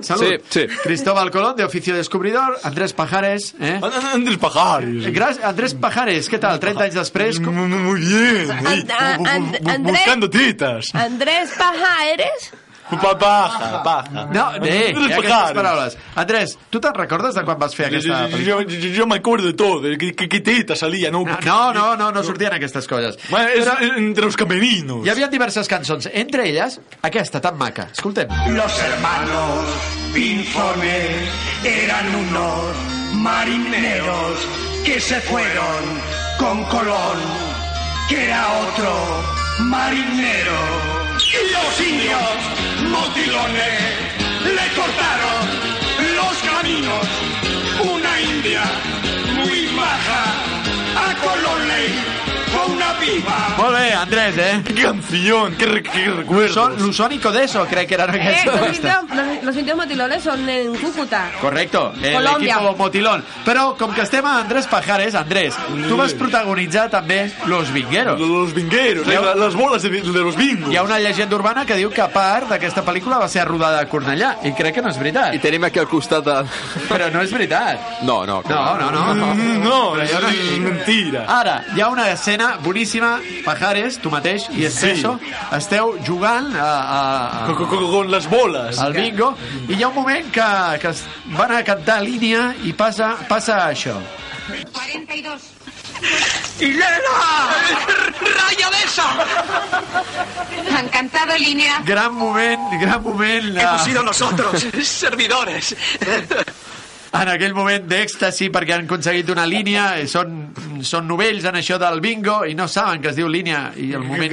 Salut.
Sí, sí.
Cristóbal Colón, de Oficio Descubridor. Andrés Pajares. Eh? Andrés Pajares. Andrés Pajares, què tal? 30 anys després... Muy bien.
And- uh, and- and- Andrés,
titas.
Andrés Paja, ¿eres?
Pa, paja, paja. No,
*laughs*
eh,
Andrés
aquestes
Pajares.
paraules. Andrés, tu te'n recordes de quan vas fer aquesta pel·lícula?
Yo, yo, yo, yo me acuerdo de todo, de que, que, que teta salía, ¿no?
No, no, no, no sortien aquestes coses.
Bueno, es,
Però-
entre los camerinos.
Hi havia diverses cançons, entre elles aquesta tan maca. Escoltem.
Los hermanos Pinzones eran unos marineros que se fueron con Colón, que era otro marinero. Y los indios motilones le cortaron los caminos. Una india muy baja a Colón le hizo una piba.
Molt bé, Andrés, eh? Que canción, que, recuerdo. Son Lusónico de *laughs* eso, crec que eren
Eh,
aquestes.
los, indios, los- los indios motilones son en Cúcuta.
Correcto, el
Colòmbia.
equipo Motilón. Però com que estem a Andrés Pajares, Andrés, tu vas protagonitzar també Los Vingueros. Los Vingueros,
eh,
les boles de, de los bingos. Hi ha una llegenda urbana que diu que part d'aquesta pel·lícula va ser rodada a Cornellà, i crec que no és veritat. I tenim aquí al costat de... Però no és veritat.
No, no.
No, no, no.
*laughs* No,
Però jo no-
es mentira.
Ara, hi ha una escena boníssima, Pajares, tu mateix i Esteso, esteu jugant a... a, a...
Con- con- con les boles.
al bingo, i hi ha un moment que, que es van a cantar línia i passa, passa això.
42.
¡Hilera!
¡Rayo de eso! Encantado, línea.
Gran moment, gran moment. la-
Hemos sido nosotros, *laughs* servidores.
Ah, En aquell moment d'èxtasi perquè han aconseguit una línia, eh, són, són novells en això del bingo i no saben que es diu línia. I el moment...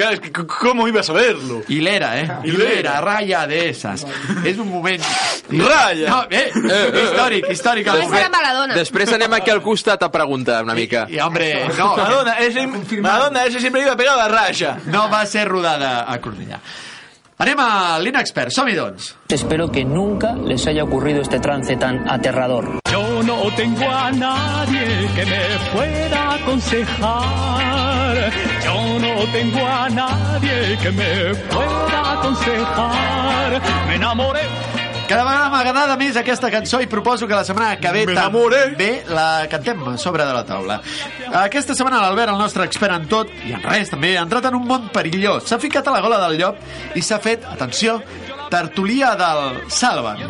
Com iba a saber-lo? Hilera, eh?
Hilera.
Hilera, raya de esas. És un moment...
Raya.
No, eh, històric, històric. el moment.
Després anem aquí al costat a preguntar una mica.
I, hombre, *laughs* no.
Madonna,
ese, Madonna, ese sempre iba pegada a raya. No va ser rodada a Cornellà. Anem a l'inexpert, som-hi doncs.
Espero que nunca les haya ocurrido este trance tan aterrador.
Yo no tengo a nadie que me pueda aconsejar. Yo no tengo a nadie que me pueda aconsejar. Me enamoré
Cada vegada m'agrada més aquesta cançó i proposo que la setmana que ve també la cantem a sobre de la taula. Aquesta setmana l'Albert, el nostre expert en tot i en res també, ha entrat en un món perillós. S'ha ficat a la gola del llop i s'ha fet, atenció, tertulia del Salvan.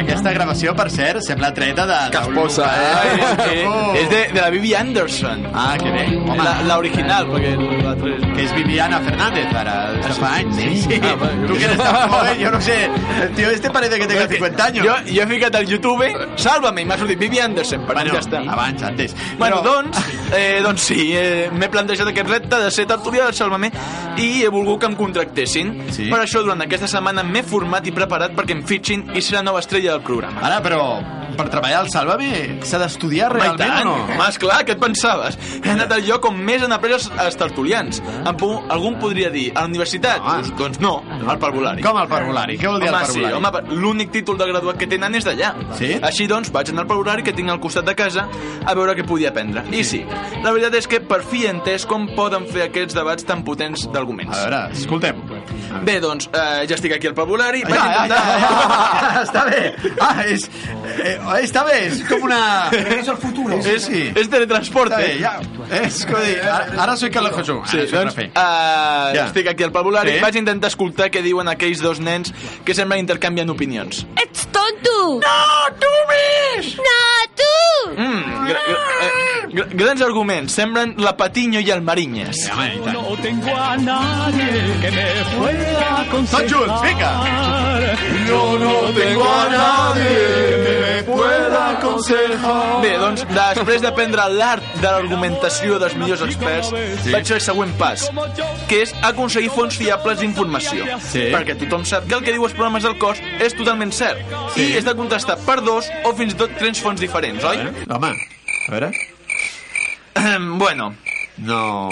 Aquesta gravació, per cert, sembla treta de... Casposa,
eh? És de, de la Bibi Anderson.
Ah, que bé. Home,
La- la original,
perquè l'altre... Que és Viviana Fernández, ara, això fa anys. Sí, sí.
Ah,
tu que eres
*laughs*
tan joven, jo no sé. El tio este parece que tenga 50 años.
Jo, jo he ficat al YouTube, sálvame, i m'ha sortit Bibi Anderson, per
Bueno,
tant ja està.
abans, antes.
Bueno, doncs, eh, doncs sí, eh, m'he plantejat aquest repte de ser tertulià del Sálvame i he volgut que em contractessin.
Sí.
Per això, durant aquesta setmana m'he format i preparat perquè em fitxin i ser la nova estrella del programa.
Ara, però, per treballar al Sálvame s'ha d'estudiar
Home, i
realment
tant.
o no?
Home, esclar, què et pensaves? He anat al lloc on més han après els, els tertulians. En pu, algun podria dir, a la universitat? Doncs, doncs no, al parvulari.
Com al parvulari? Què vol dir al
home,
parvulari?
Sí, home, per- l'únic títol de graduat que tenen és d'allà.
Sí?
Així doncs, vaig anar al parvulari que tinc al costat de casa a veure què podia aprendre. I sí, la veritat és que per fi he entès com poden fer aquests debats tan potents d'arguments.
A veure, escoltem.
Bé, doncs, eh, ja estic aquí al parvulari. Vaig
Ah,
intentar...
ah, *laughs* està bé. Ah, és, eh, està bé, és com una... És el futur. És, sí.
és teletransporte.
Està bé, ja. Eh, És, com dir, ara, ara soy Carlos Jesús.
Sí,
Ara soy
doncs,
Rafael.
uh,
Ja.
ja. estic aquí al parvulari.
Sí.
Sí? Vaig intentar escoltar què diuen aquells dos nens que semblen intercanviant opinions.
ets tonto!
No, tu més!
No, tu!
Mm, gra gra eh, gra grans arguments. Semblen la Patiño i el Marinyes.
No tengo a nadie que me pueda aconsejar.
Junts,
Yo no tengo a nadie
pueda aconsejar. Bé, doncs, després d'aprendre l'art de l'argumentació dels millors experts, sí. vaig fer el següent pas, que és aconseguir fonts fiables d'informació.
Sí.
Perquè tothom sap que el que diu els programes del cos és totalment cert. Sí. I és de contestar per dos o fins i tot tres fonts diferents, oi?
Home, a veure...
*clears throat* bueno.
No...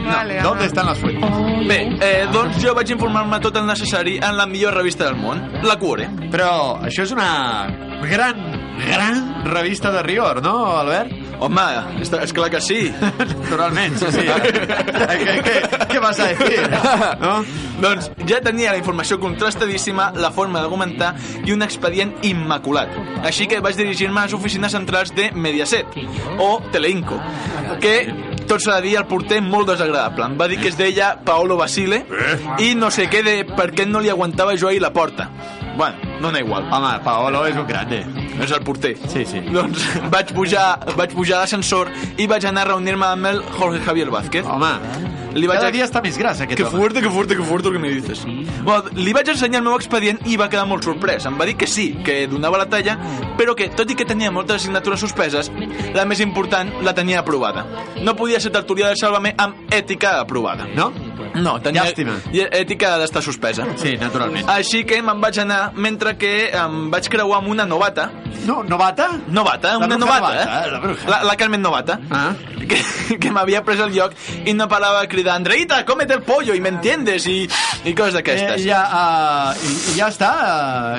no. ¿Dónde están las fuentes?
Bé, eh, doncs jo vaig informar-me tot el necessari en la millor revista del món, la Cuore.
Però això és una gran, gran revista de rigor, no, Albert?
Home, és, és clar que sí.
Naturalment, sí, sí.
*laughs*
què, què, què vas a dir? *laughs*
No? *laughs* doncs ja tenia la informació contrastadíssima, la forma d'argumentar i un expedient immaculat. Així que vaig dirigir-me a les oficines centrals de Mediaset, o Teleinco, que tot s'ha de dir, el porter molt desagradable. Em va dir que es deia Paolo Basile
Eh?
i no sé què de per què no li aguantava jo ahir la porta. Bueno, no n'hi igual.
Home, Paolo és un grande.
És el porter.
Sí, sí.
Doncs vaig pujar, vaig pujar a l'ascensor i vaig anar a reunir-me amb el Jorge Javier Vázquez.
Home,
li vaig
cada dia està més grasa, aquest
que
home.
fuerte, que fuerte, que fuerte el que me dices. Bueno, li vaig ensenyar el meu expedient i va quedar molt sorprès. Em va dir que sí, que donava la talla, però que, tot i que tenia moltes assignatures suspeses, la més important la tenia aprovada. No podia ser tertulià de Sálvame amb ètica aprovada.
No?
No, tenia
Llàstima.
i ètica d'estar suspesa.
Sí, naturalment.
Així que me'n vaig anar mentre que em vaig creuar amb una novata.
No, novata?
Novata,
La
una
bruja
novata,
novata,
eh?
la bruja.
la, la Carmen Novata.
Ah.
Que, que m'havia pres el lloc i no parava de cridar Andreita, comete el pollo, i m'entiendes, i, i coses d'aquestes.
Eh, ja, uh, i, i ja està,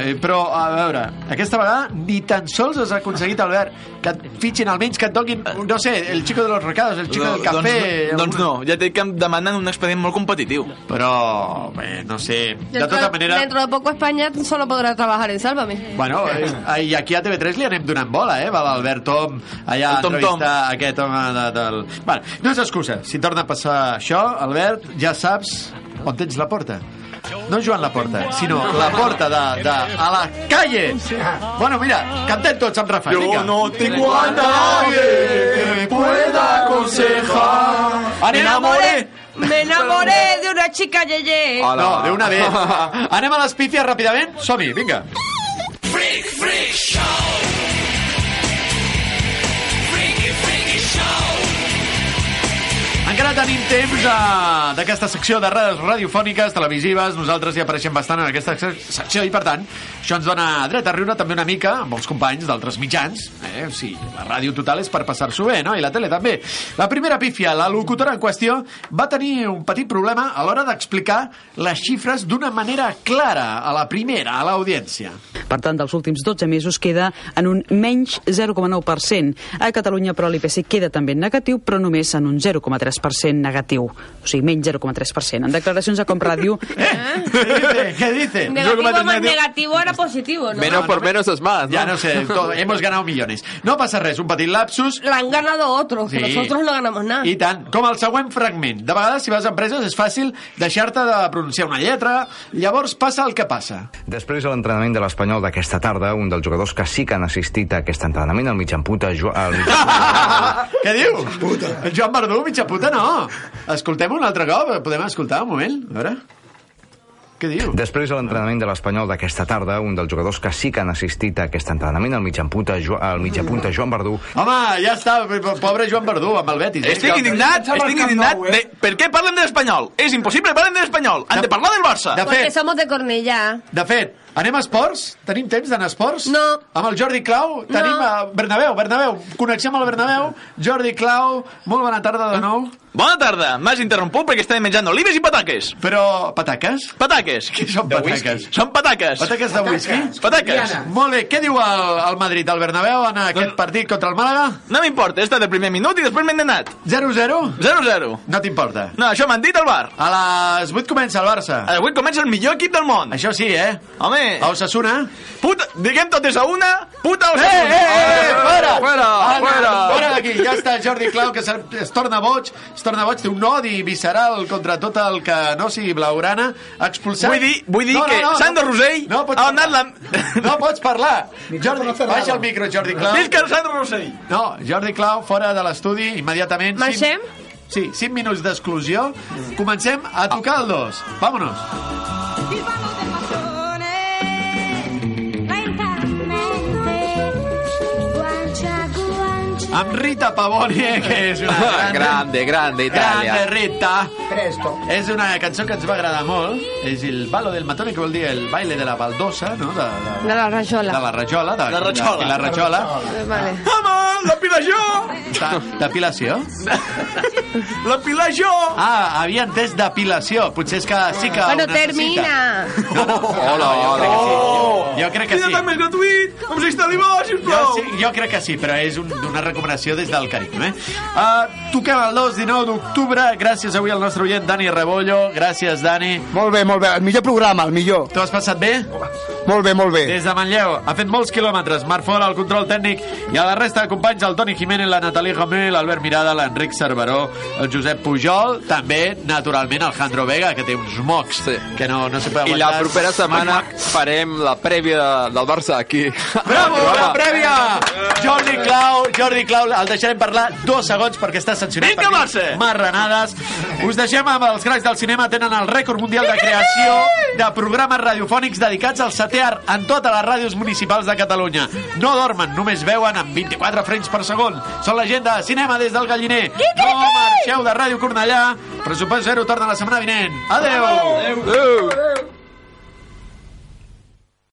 eh, però a veure, aquesta vegada ni tan sols has aconseguit, Albert, que et fitxin almenys, que et donin, no sé, el xico de los recados, el xico Eh,
No,
del cafè...
Doncs, doncs no, ja t'he dit que em demanen un expedient molt competitiu.
Però, bé, no sé, de
Dentro-
tota manera...
Dentro de poco España solo podrá trabajar en Sálvame.
Bueno, eh, i aquí a TV3 li anem donant bola, eh? Va l'Albert Tom, allà
El Tom
entrevista aquest home de, del... Bueno, no és excusa. Si torna a passar això, Albert, ja saps on tens la porta. No Joan la porta, sinó la porta de, de a la calle. Bueno, mira, cantem tots amb Rafael. Vinga.
tengo a nadie que me pueda aconsejar.
Me enamoré de una chica Yeye.
No, de una
*laughs*
vez. Anem a les pífies ràpidament? Som-hi, vinga.
Freak, freak show. Freaky, freaky show.
Encara tenim temps eh, d'aquesta secció de redes radiofòniques, televisives, nosaltres hi apareixem bastant en aquesta sec- secció i, per tant, això ens dona dret a riure també una mica amb els companys d'altres mitjans. Eh? O sigui, la ràdio total és per passar-s'ho bé, no? I la tele també. La primera pífia, la locutora en qüestió, va tenir un petit problema a l'hora d'explicar les xifres d'una manera clara a la primera, a l'audiència.
Per tant, dels últims 12 mesos queda en un menys 0,9%. A Catalunya, però, l'IPC queda també en negatiu, però només en un 0,3%. 0,3% negatiu, o sigui, menys 0,3%. En declaracions a Com Ràdio...
¿Qué dice?
Negativo más negativo era positivo, ¿no?
por menos es más. Ya no sé, todo- hemos ganado millones. No pasa res, un petit lapsus.
Lo han ganado otros, que
Sí.
nosotros no ganamos nada.
I tant, com el següent fragment. De vegades, si vas a empreses, és fàcil deixar-te de pronunciar una lletra, llavors passa el que passa.
Després de l'entrenament de l'Espanyol d'aquesta tarda, un dels jugadors que sí que han assistit a aquest entrenament, el mitjan puta... Jo, el mitjan...
*laughs* Què diu? Puta. El Joan Verdú, mitja puta, no. Escoltem un altre cop, podem escoltar un moment? A veure. Què diu?
Després de l'entrenament de l'Espanyol d'aquesta tarda, un dels jugadors que sí que han assistit a aquest entrenament, el mitjan puta, jo, el mitjan punta Joan Verdú...
Home, ja està, pobre Joan Verdú amb el eh? Betis. eh?
Estic indignat, estic indignat. De, per què parlen de l'espanyol? És impossible, parlen de l'espanyol. Han de parlar del Barça.
Porque somos de Cornellà.
De fet, anem a esports? Tenim temps d'anar a esports?
No.
Amb el Jordi Clau? Tenim no. a Bernabéu, Bernabéu. Connexió amb el Bernabéu. Jordi Clau, molt bona tarda de nou.
Bona tarda, m'has interromput perquè estàvem menjant olives i pataques.
Però pataques?
Pataques.
Què són pataques?
Són pataques.
Pataques de whisky?
Pataques.
Molt bé, què diu el, el Madrid, el Bernabéu, en
Doncs-
aquest partit contra el Màlaga?
No m'importa, he estat el primer minut i després m'he anat.
0-0?
0-0.
No t'importa.
No, això m'han dit al bar.
A les 8 comença el Barça.
A les 8 comença el millor equip del món.
Això sí, eh?
Home.
A Osasuna.
Puta, diguem totes a una, puta
Eh, eh,
Osasuna.
eh, fuera!
Fuera,
Anna,
fuera.
Fora d'aquí, ja està Jordi Clau, que se- es torna boig, es torna boig, té un odi visceral contra tot el que no sigui blaugrana, expulsat...
Vull dir, vull dir que Sandro Rosell
no pots
ha
parlar.
anat la...
No pots parlar. Jordi, baixa el micro, Jordi Clau.
Visca el Sandro Rosell.
No, Jordi Clau, fora de l'estudi, immediatament. Marxem? Sí, 5 minuts d'exclusió. Comencem a tocar el dos. Vámonos. Amb Rita Pavone, que és una
*laughs*
grande.
Grande, grande, Itàlia.
Grande Rita. Presto. És una cançó que ens va agradar molt. És el balo del matone, que vol dir el baile de la baldosa, no? De, de,
De la rajola.
de la rajola. De,
La rajola.
De, la rajola.
Eh, Vale.
Home, la pila jo!
De- Depilació?
Depilació!
Ah, havia entès depilació. Potser és que sí que...
bueno,
ho necessita.
termina.
Hola, hola. Jo crec que sí. Jo crec
Quina tan
que sí.
més gratuït! Em seix de l'Iva,
Jo,
sisplau!
sí, jo crec que sí, però és un, una recomanació des del carinyo, eh? Uh, toquem el 2, 19 d'octubre. Gràcies avui al nostre oient, Dani Rebollo. Gràcies, Dani.
Molt bé, molt bé. El millor programa, el millor.
T'ho has passat bé?
Molt bé, molt bé.
Des de Manlleu. Ha fet molts quilòmetres. Marc Fora, el control tècnic, i a la resta de companys, el Toni Jiménez, la Natalie Gomé, l'Albert Mirada, l'Enric Cerveró, el Josep Pujol, també, naturalment, el Jandro Vega, que té uns mocs sí. que no, no se pot
I
aguantar.
la propera setmana farem la prèvia del Barça aquí.
Bravo, la prèvia! Jordi Clau, Jordi Clau, el deixarem parlar dos segons perquè està sancionat
Vinga,
per dir marranades. Us deixem amb els cracs del cinema, tenen el rècord mundial de creació de programes radiofònics dedicats al setè art en totes les ràdios municipals de Catalunya. No dormen, només veuen amb 24 frames per segon. Són la gent de cinema des del Galliner. No marxeu de Ràdio Cornellà. Pressupost zero torna la setmana vinent. Adeu! Adeu! Adeu.